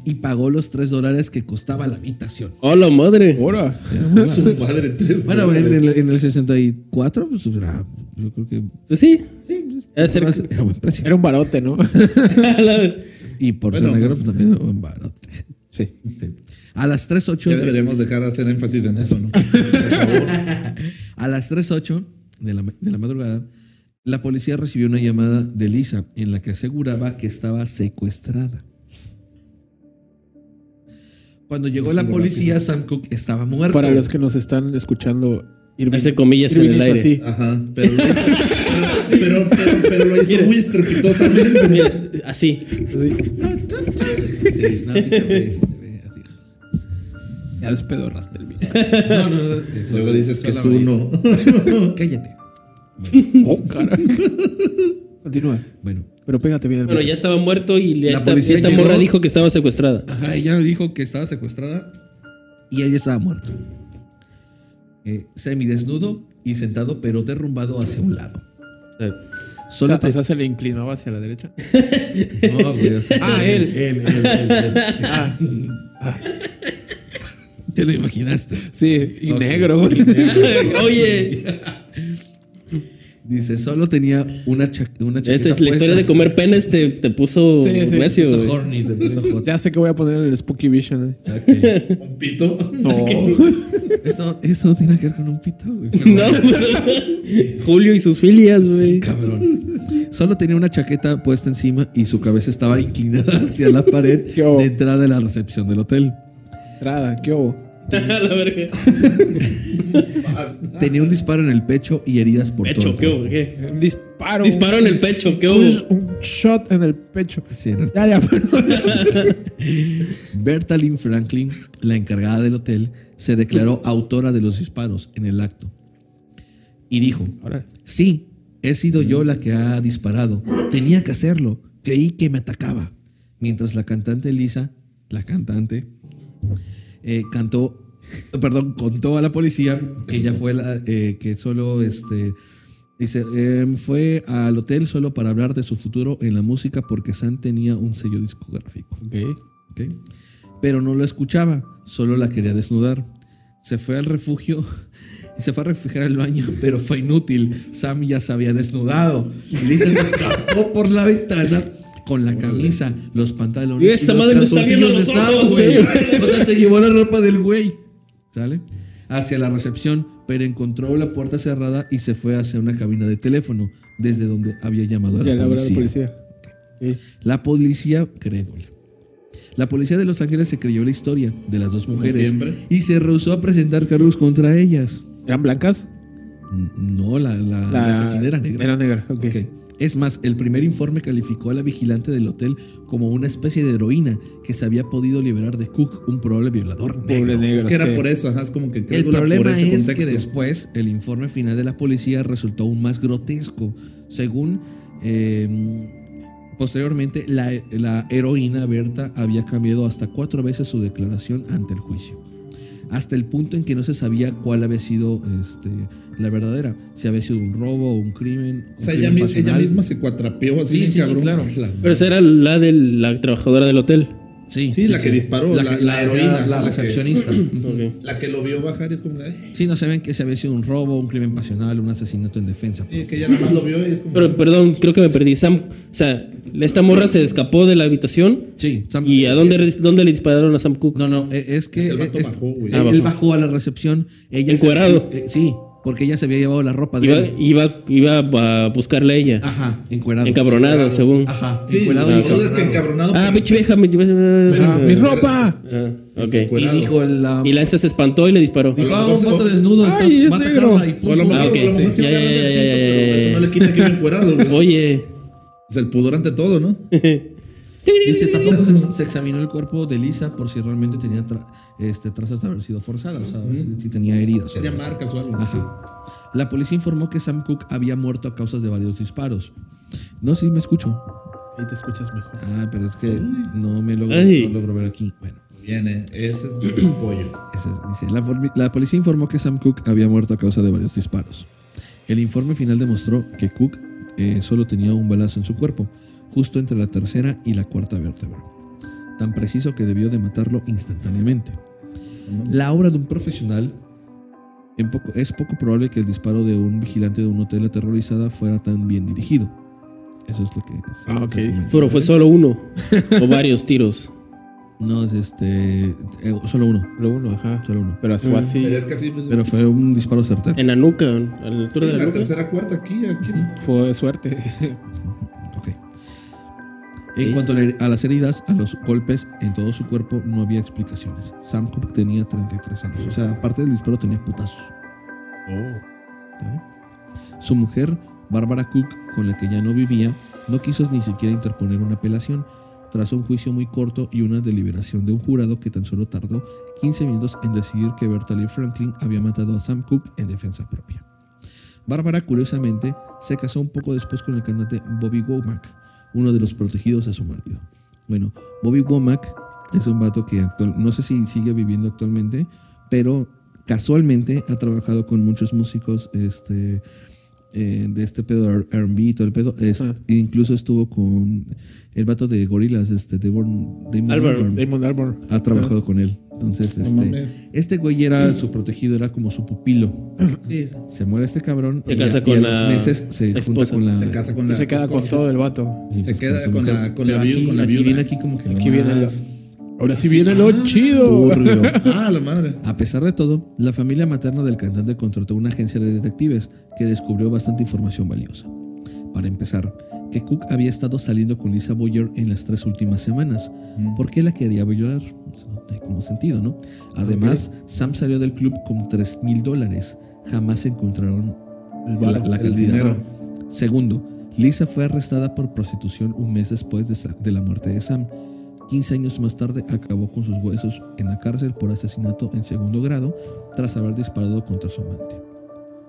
C: Y pagó los 3 dólares que costaba la habitación.
E: ¡Hola, madre!
A: Ahora.
D: Su madre tres.
C: Bueno, en el, en el 64, pues era, yo creo que
E: Pues sí. Era cerca.
C: era buen precio.
A: Era un barote, ¿no?
C: Y por ser negro, pues también era buen barote. Sí. A las 3.08
D: Ya
C: de-
D: deberíamos dejar hacer énfasis en eso, ¿no?
C: A las 3.08 de la, de la madrugada, la policía recibió una llamada de Lisa en la que aseguraba que estaba secuestrada. Cuando llegó la policía, Sam Cook estaba muerto.
A: Para los que nos están escuchando, Irving,
E: Hace comillas en
A: Irving
E: el
A: hizo
E: aire.
A: así.
D: Ajá. Pero lo hizo, pero, pero- pero lo hizo muy estrepitosamente.
E: Mira, así.
C: Sí, no, sí se ve, sí se ve, así es.
A: Ya despedorraste el video.
C: No, no, no, eso-
D: Luego dices que es
C: solo ahorita.
D: uno.
C: Cállate.
A: Oh, caray. Continúa.
C: Bueno,
A: Pero pégate bien el
E: Bueno,
A: micro.
E: ya estaba muerto y
C: La
E: esta,
C: policía
E: esta
C: llegó.
E: morra dijo que estaba secuestrada.
C: Ajá, ella dijo que estaba secuestrada y ella estaba muerta. Eh, semidesnudo y sentado pero derrumbado hacia un lado.
E: O sea,
A: O
C: Solo
A: sea,
C: te-
A: o sea, se le inclinaba hacia la derecha.
C: No, güey, o sea,
A: Ah, él.
D: Él, él, él, él.
C: te lo imaginaste.
A: Sí, y negro, güey.
E: Oye,
C: Dice, solo tenía una, cha- una chaqueta
E: esta es la
C: puesta.
E: historia de comer penes te, te puso
A: Sí, sí,
E: necio,
C: Puso
E: güey.
C: horny, te puso hot.
A: Ya sé que voy a poner el Spooky Vision. eh.
C: Ok.
D: ¿Un pito?
C: Eso, eso no tiene que ver con un pito, güey. pero-
E: No, güey. Julio y sus filias, güey.
C: Cabrón. Solo tenía una chaqueta puesta encima y su cabeza estaba inclinada hacia la pared
A: Qué bobo.
C: de entrada de la recepción del hotel.
A: Entrada, ¿qué hubo?
E: A la verga.
C: Tenía un disparo en el pecho y heridas por todo.
E: Pecho,
C: el
E: ¿qué?
C: cuerpo.
E: hubo? ¿Qué?
A: Un disparo.
E: Disparo en el pecho, ¿qué
A: Un,
E: hubo?
A: un shot en el pecho.
C: Sí, en el-
A: Ya, ya, perdón.
C: Berta Lynn Franklin, la encargada del hotel, se declaró autora de los disparos en el acto. Y dijo, sí, he sido yo la que ha disparado. Tenía que hacerlo. Creí que me atacaba. Mientras la cantante Lisa, la cantante, eh, cantó, perdón, contó a la policía que ella fue la eh, que solo, este, dice, em, fue al hotel solo para hablar de su futuro en la música porque San tenía un sello discográfico. ¿ok? Pero no lo escuchaba, solo la quería desnudar. Se fue al refugio y se fue a refugiar al baño, pero fue inútil. Sam ya se había desnudado. Y Lisa se escapó por la ventana con la camisa, los pantalones.
E: Y esa
C: los
E: madre me está
C: calzoncillos
E: viendo
C: de
E: los
C: Sam,
E: ojos,
C: güey.
E: sí.
C: O sea, se llevó la ropa del güey. ¿Sale? Hacia la recepción, pero encontró la puerta cerrada y se fue hacia una cabina de teléfono, desde donde había llamado a
A: Ya,
C: la
A: la verdad,
C: policía.
A: policía. Ok.
C: La policía crédula. La policía de Los Ángeles se creyó la historia de las dos mujeres
D: siempre.
C: y se rehusó a presentar cargos contra ellas.
A: ¿Eran blancas?
C: N- Ah, No, la, la, la asesina era negra.
A: Era negra, ok. Ah,
C: Ok. Es más, el primer informe calificó a la vigilante del hotel como una especie de heroína que se había podido liberar de Cook, un probable violador
A: Pobre
C: negro.
A: negra,
D: Es que era
A: sí.
D: por eso, ajá, es como que
C: El
D: creo que era
C: problema
D: por ese
C: es que
D: contexto.
C: después el informe final de la policía resultó aún más grotesco. Según eh, posteriormente, la, la heroína Berta había cambiado hasta cuatro veces su declaración ante el juicio. Hasta el punto en que no se sabía cuál había sido este, la verdadera. Si había sido un robo o un crimen.
D: O sea,
C: un
D: ella,
C: crimen
D: mi- ella
C: pasional.
D: misma se cuatrapeó así,
C: Sí,
D: bien
C: sí, sí,
D: cabrón.
C: claro.
D: La-
E: Pero esa era la de la trabajadora del hotel.
C: Sí,
D: Sí, la que disparó, la-
C: que-
D: la
C: La
D: heroína, la que-
C: recepcionista.
E: Ok.
D: La que lo vio bajar es como, "Ay",
C: Sí, no saben que se había sido un robo, un crimen pasional, un asesinato en defensa.
D: que ella nada más lo vio y es como,
E: Pero, perdón, creo que me perdí. Sam, o sea, esta morra se escapó de la habitación.
C: Sí, Sam-
E: ¿Y a dónde, res- dónde le dispararon a Sam Cook?
C: No, no, eh, es que.
D: Es que el vato
C: es-
D: bajó, güey.
C: Él, él bajó a la recepción. Ella se-
E: Ah, Encuerado.
C: eh, sí, porque ella se había llevado la ropa de
E: Iba,
C: él.
E: iba, iba a buscarle a ella.
C: Ajá, encuerado.
E: Encabronado, según.
C: Ajá,
D: sí,
C: encuerado
D: no,
C: y
D: es que encabronado.
E: Ah,
D: pero-
E: pinche vieja. mi-
A: Ah,
E: Ah,
A: ¡Mi ropa!
E: ok.
C: eh, Y
D: encuerado.
C: dijo la.
E: Y la esta se espantó y le disparó.
C: dijo,
D: a lo
C: ah,
D: mejor
C: un
D: se-
C: vato desnudo. está-
A: Ay, es
C: va a
A: negro.
C: atacarla y pum,
D: O a lo
C: pum,
D: mejor,
E: Ah, ok,
D: a lo mejor
E: sí.
D: sí
E: Ya,
D: agarran
E: ya,
D: del
E: ya,
D: pito,
E: ya,
D: pero
E: ya, ya,
D: eso no
E: ya.
D: le quita que iba encuerado, güey.
E: Oye.
D: Es el pudor ante todo, ¿no?
C: Dice, tampoco se, se examinó el cuerpo de Lisa por si realmente tenía tra- este, trazas de haber sido forzada, o sea, si- si tenía heridas. o
D: Tenía
C: algo así.
D: marcas o algo.
C: Ajá. La policía informó que Sam Cook había muerto a causa de varios disparos. No, sí, me escucho.
A: Ahí te escuchas mejor.
C: Ah, pero es que no me logro,
E: Ay.
C: no logro ver aquí. Bueno, ¿eh?
D: Viene, ese es mi pollo.
C: ese es- dice, la, formi- la policía informó que Sam Cook había muerto a causa de varios disparos. El informe final demostró que Cook eh, solo tenía un balazo en su cuerpo, justo entre la tercera y la cuarta vértebra. Tan preciso que debió de matarlo instantáneamente. La obra de un profesional en poco- es poco probable que el disparo de un vigilante de un hotel aterrorizada fuera tan bien dirigido. Eso es lo que...
A: Ah, ok.
E: Pero fue solo uno. O varios tiros.
C: No, es este... eh, solo uno.
A: Lo uno, ajá.
C: Solo uno.
A: Pero fue así.
D: Pero es que así, pues,
C: Pero fue un disparo certero.
E: En la nuca, a la altura de la
D: la
E: nuca.
D: tercera, cuarta, aquí, aquí.
A: Fue suerte.
C: Ok. En cuanto a la- a las heridas, a los golpes en todo su cuerpo, no había explicaciones. Sam Cook tenía 33 años. O sea, aparte del disparo, tenía putazos. ¿Sabe? Su mujer, Barbara Cook, con la que ya no vivía, no quiso ni siquiera interponer una apelación. Tras un juicio muy corto y una deliberación de un jurado que tan solo tardó 15 minutos en decidir que Berta Lee Franklin había matado a Sam Cook en defensa propia. Bárbara, curiosamente, se casó un poco después con el cantante Bobby Womack, uno de los protegidos de su marido. Bueno, Bobby Womack es un vato que actual, no sé si sigue viviendo actualmente, pero casualmente ha trabajado con muchos músicos este, eh, de este pedo R- R&B y todo el pedo. es- Incluso estuvo con el vato de Gorilas, este Devon Damon
E: Albarn.
C: Albarn,
A: Damon Albarn.
C: ha trabajado con él. Entonces, este,
D: mames.
C: este güey era su protegido, era como su pupilo.
D: Sí,
C: Se muere este cabrón.
E: Se
C: y
E: casa
C: a- y
E: con
C: a los
E: la
C: meses se
E: esposa.
C: junta con la.
D: se casa con
A: Y
D: la.
A: se queda con todo el vato.
C: y,
D: se queda
C: su
D: con
C: mujer.
D: la- con la
C: Pero
D: viu-
C: aquí-
D: con la
C: aquí
D: viuda.
C: viene aquí como que lo
A: Aquí
C: más
A: viene lo- Ahora sí viene lo chido.
C: turbio.
D: Ah, la madre.
C: A pesar de todo, la familia materna del cantante contrató una agencia de detectives que descubrió bastante información valiosa. Para empezar, que Cook había estado saliendo con Lisa Boyer en las tres últimas semanas.
D: Mm.
C: ¿Por qué la quería violar? Eso No tiene como sentido, ¿no? Además, Sam salió del club con 3 mil dólares. Jamás encontraron la, la
D: el
C: cantidad.
D: dinero.
C: Segundo, Lisa fue arrestada por prostitución un mes después de, sa- de la muerte de Sam. 15 años más tarde acabó con sus huesos en la cárcel por asesinato en segundo grado tras haber disparado contra su amante.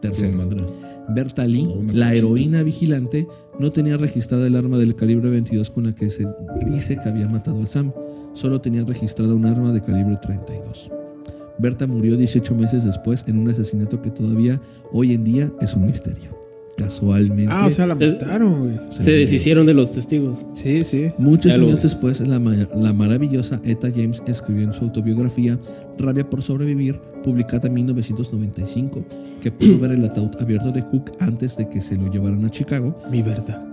C: Tercero, Berta Lee, la heroína vigilante, no tenía registrada el arma del calibre 22 con la que se dice que había matado a Sam. Solo tenía registrada un arma de calibre 32. Berta murió 18 meses después en un asesinato que todavía hoy en día es un misterio. Casualmente.
A: Ah, o sea, la
E: Eh,
A: mataron, güey.
E: Se deshicieron de los testigos.
A: Sí, sí.
C: Muchos
E: Ya lo-
C: años después, la, ma- la maravillosa Etta James escribió en su autobiografía Rabia por sobrevivir, publicada en 1995, que pudo ver el ataúd abierto de Cook antes de que se lo llevaran a Chicago
A: Mi verdad.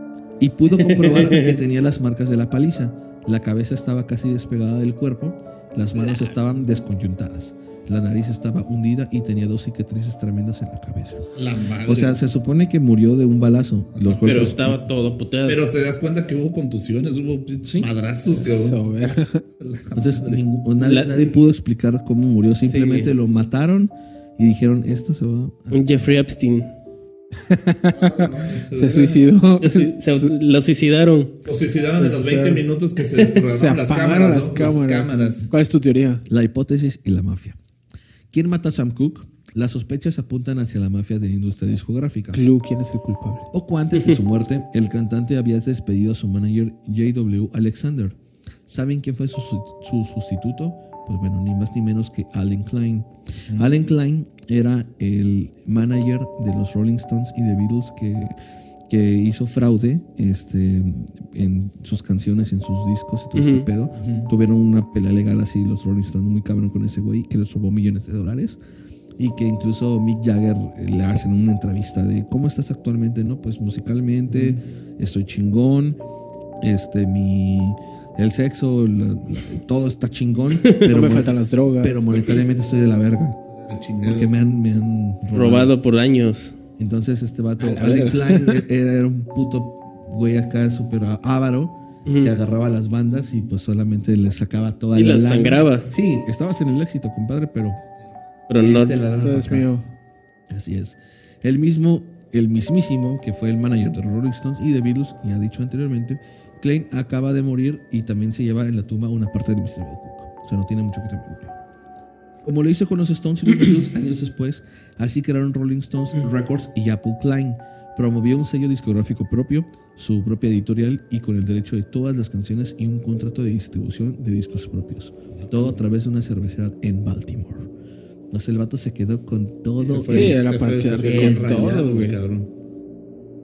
C: y pudo comprobar que tenía las marcas de la paliza. La cabeza estaba casi despegada del cuerpo, las manos estaban desconyuntadas, la nariz estaba hundida y tenía dos cicatrices tremendas en la cabeza.
D: La madre.
C: O sea, se supone que murió de un balazo. Los
E: Pero
C: golpes-
E: estaba todo puteado.
D: pero te das cuenta que hubo contusiones, hubo madrazos, cabrón.
A: Eso, verga.
C: Entonces ningún- nadie,
E: La-
C: nadie pudo explicar cómo murió. Simplemente lo mataron y dijeron, esto se va... a-".
E: un Jeffrey Epstein.
A: Se suicidó.
E: Se- se auto- lo suicidaron.
D: O suicidaron de los 20 minutos que se desprogramaron
A: Se
D: las
A: apagaron
D: cámaras.
A: las
D: ¿no? Las
A: cámaras.
D: cámaras.
A: ¿Cuál es tu teoría?
C: La hipótesis y la mafia. ¿Quién mata a Sam Cook? Las sospechas apuntan hacia la mafia de la industria discográfica.
A: Clue, ¿quién es el culpable?
C: Poco antes de su muerte, el cantante había despedido a su manager JW Alexander. ¿Saben quién fue su, su sustituto? Pues bueno, ni más ni menos que Allen Klein. Allen Klein era el manager de los Rolling Stones y de Beatles que, que hizo fraude este, en sus canciones, en sus discos y todo este pedo. Tuvieron una pelea legal así los Rolling Stones muy cabrón con ese güey que les robó millones de dólares y que incluso Mick Jagger eh, le hacen una entrevista de cómo estás actualmente, ¿no? Pues musicalmente,
D: Mm.
C: estoy chingón, este, mi, el sexo, la- la- todo está chingón, pero,
A: no me
C: mon-
A: faltan las drogas.
C: pero monetariamente estoy de la verga,
D: La chingada.
C: porque me han, me han robado.
E: Robado por años.
C: Entonces este vato, Alec Klein, e- era un puto güey acá súper avaro. Que agarraba las bandas y pues solamente les sacaba toda
E: Y
C: la
E: las
C: lana.
E: sangraba.
C: Sí, estabas en el éxito, compadre, pero
E: Pero no.
C: te la lana
A: Eso
C: para
A: es
C: acá.
A: Ah, mío.
C: Así es. El mismo, el mismísimo que fue el manager de Rolling Stones y de Beatles, ya dicho anteriormente, Klein acaba de morir y también se lleva en la tumba una parte del misterio de Cook. O sea, no tiene mucho que también murió. Como lo hizo con los Stones y los Beatles años después, así crearon Rolling Stones Records y Apple Klein. Promovió un sello discográfico propio, su propia editorial y con el derecho de todas las canciones y un contrato de distribución de discos propios. Todo a través de una cervecera en Baltimore. Entonces el vato se quedó con todo
D: Se fue-
A: Sí, era
D: se
A: para
D: fue- se
A: quedarse
D: fue
A: con
D: rayado,
A: todo, güey.
D: cabrón.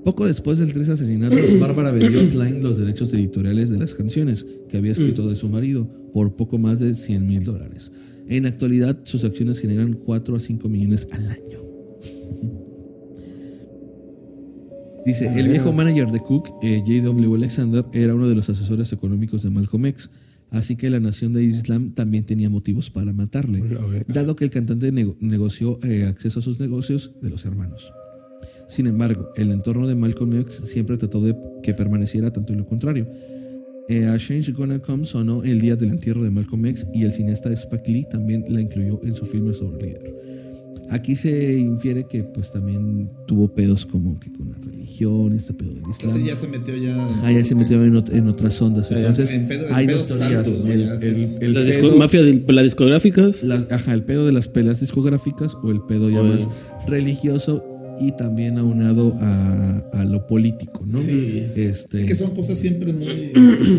C: Poco después del triste asesinato, Bárbara vendió a Klein los derechos editoriales de las canciones que había escrito de su marido por poco más de 100 mil dólares. En la actualidad, sus acciones generan 4 a 5 millones al año. Dice, el viejo manager de Cook, eh, J.W. Alexander, era uno de los asesores económicos de Malcolm X, así que la nación de Islam también tenía motivos para matarle, dado que el cantante nego- negoció eh, acceso a sus negocios de los hermanos. Sin embargo, el entorno de Malcolm X siempre trató de que permaneciera tanto y lo contrario. Eh, a Change Gonna Come sonó el día del entierro de Malcolm X y el cineasta Spike Lee también la incluyó en su filme sobre el líder. Aquí se infiere que pues también tuvo pedos como que con la religión, este pedo del
D: Entonces
C: Islam.
D: ya se metió ya.
C: Ah, ya se metió en, ot- en otras ondas. Entonces,
D: en pedo- en
C: hay
D: pedos
C: dos teorías.
D: santos, ¿no?
C: El-
D: Ya, sí,
C: el-
D: sí.
C: el
E: la disco-
C: pedo-
E: mafia de por las discográficas.
C: la- ajá, el pedo de las peleas discográficas o el pedo ya
E: Oye.
C: más religioso y también aunado a, a lo lo político, ¿no?
D: Sí.
C: Este,
D: Que son cosas siempre muy.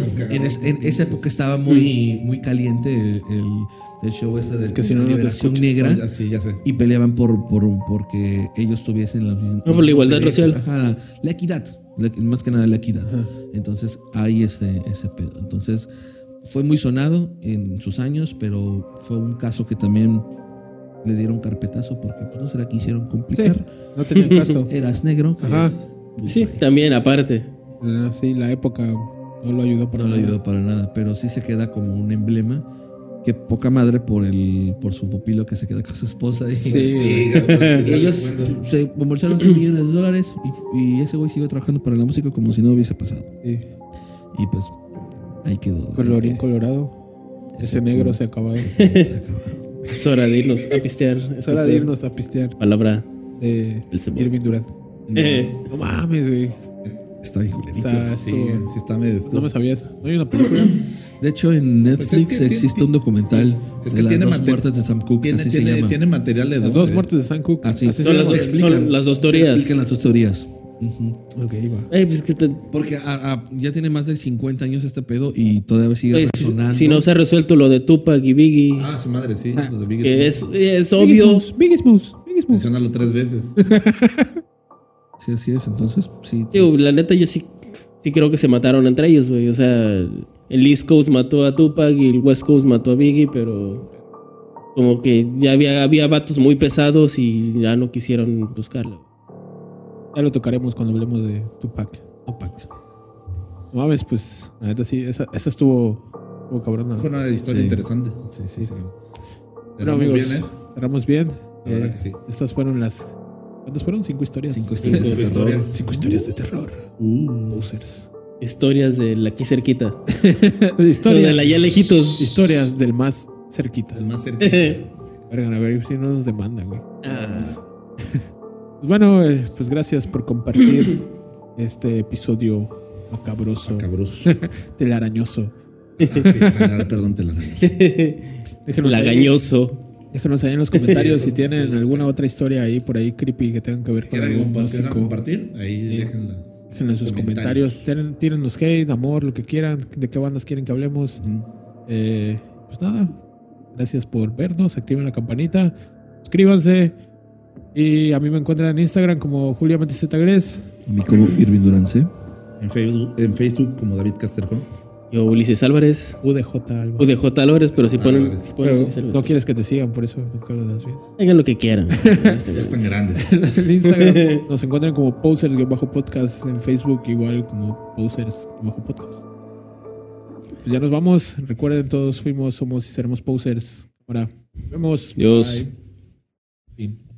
D: este,
C: en, es- en esa época estaba muy, muy caliente el, el- el show este de
A: que si no, no te
C: Liberación
A: escuchas.
C: negra
D: Ah, Sí, ya sé.
C: y peleaban por, por porque ellos tuviesen la misma
E: Ah, por la igualdad racial.
C: la, la equidad la- más que nada la equidad entonces hay ese ese pedo entonces fue muy sonado en sus años pero fue un caso que también le dieron carpetazo porque pues, no se la quisieron
A: Sí,
C: complicar
A: no tenía caso.
C: eras negro
A: Ajá.
C: pues,
E: Sí, también, aparte.
A: No, Sí, la época no lo ayudó para
C: no le
A: nada.
C: ayudó para nada pero sí se queda como un emblema que poca madre por el por su pupilo que se queda con su esposa y-
A: Sí,
C: Y ellos se embolsaron 100 millones de dólares y, y ese güey siguió trabajando para la música como si no hubiese pasado.
A: sí.
C: Y pues ahí quedó.
A: Colorín
C: Eh,
A: colorado. Ese negro se ha acabado.
C: se acabaron.
E: Es hora de irnos a pistear.
A: Es hora de irnos a pistear
E: Palabra.
A: de
E: El cebolla.
A: Irving Durant.
E: Eh,
A: No mames, güey.
C: Está bien culerito.
A: Está-
D: Sí,
A: estuvo-
D: sí, está medio.
A: No me sabías. No hay una película.
C: De hecho, en Netflix
D: Pues es que tiene-
C: existe un documental
D: Es
C: de
D: que
C: las
D: tiene
C: dos
D: mate-
C: muertes de Sam Cooke,
D: Tiene,
C: así se
D: tiene,
C: llama.
D: tiene material de
A: Las
D: dónde.
A: dos muertes de Sam Cook.
C: Así.
A: Así
E: son,
A: se
E: las
A: llama.
E: dos, son las dos teorías.
C: Explican las dos teorías.
A: Ok, va.
E: Eh, pues que te-
C: Porque a- a- ya tiene más de 50 años este pedo y todavía sigue
E: eh, si-
C: resonando.
E: si no se ha resuelto lo de Tupac y Biggie,
D: Ah, su madre, sí. lo de Biggie
E: que
D: Smalls.
E: es, es obvio.
A: Biggest Moose. Biggest Moose.
D: Menciónalo tres veces.
C: Sí, así es. Entonces, sí.
E: Digo, la neta, yo sí, sí creo que se mataron entre ellos, güey. O sea, el East Coast mató a Tupac y el West Coast mató a Biggie, pero como que ya había, había vatos muy pesados y ya no quisieron buscarlo.
A: Ya lo tocaremos cuando hablemos de Tupac. Tupac. No mames, pues, la neta sí, esa, esa estuvo, estuvo cabrona.
D: Fue una historia
C: Sí.
D: interesante.
C: Sí, sí, sí.
A: Bueno,
D: Cerramos
A: amigos,
D: bien, ¿eh?
A: cerramos bien.
D: La verdad
A: Eh,
D: que sí.
A: Estas fueron las. ¿Cuántas fueron? ¿Cinco historias?
C: Cinco historias de
D: Cinco
C: terror.
D: historias. Uh.
A: Cinco historias de terror. Losers.
E: Historias de la aquí cerquita.
A: historias.
E: Lo de la ya lejitos.
A: Historias del más cerquita.
D: El más cerca.
A: Vergan, a ver si no nos demandan, güey.
E: Ah.
A: Pues bueno, eh, pues gracias por compartir este episodio macabroso,
D: Cabroso.
A: telarañoso.
D: Ah, Sí, perdón, perdón, te la daño.
A: Déjenos ahí-
E: Lagañoso.
A: Déjenos ahí en los comentarios si tienen alguna otra historia ahí por ahí creepy que tengan que ver con
D: ¿Quieren
A: algún
D: compartir,
A: músico.
D: compartir? Ahí déjenla.
A: Déjenlo en sus comentarios. Tiren- Tírennos hate, amor, lo que quieran. De qué bandas quieren que hablemos. Eh, pues nada. Gracias por vernos. Activen la campanita. Suscríbanse. Y a mí me encuentran en Instagram como Julia Matisse Tagles.
C: A mí como Irving Durance.
D: En Facebook, en Facebook como David Casterjón.
E: Yo, Ulises Álvarez.
A: UDJ algo.
E: O de J. Álvarez, pero si ponen.
D: Álvarez.
E: ponen
A: Pero
E: mis saludos.
A: no quieres que te sigan, por eso nunca lo das bien.
E: Hagan lo que quieran. Este,
D: Ya están grandes.
A: En Instagram nos encuentran como Posers-podcast. En Facebook igual como Posers-podcast. Pues ya nos vamos. Recuerden, todos fuimos, somos y seremos Posers. Ahora, nos vemos.
E: Dios.
A: Fin.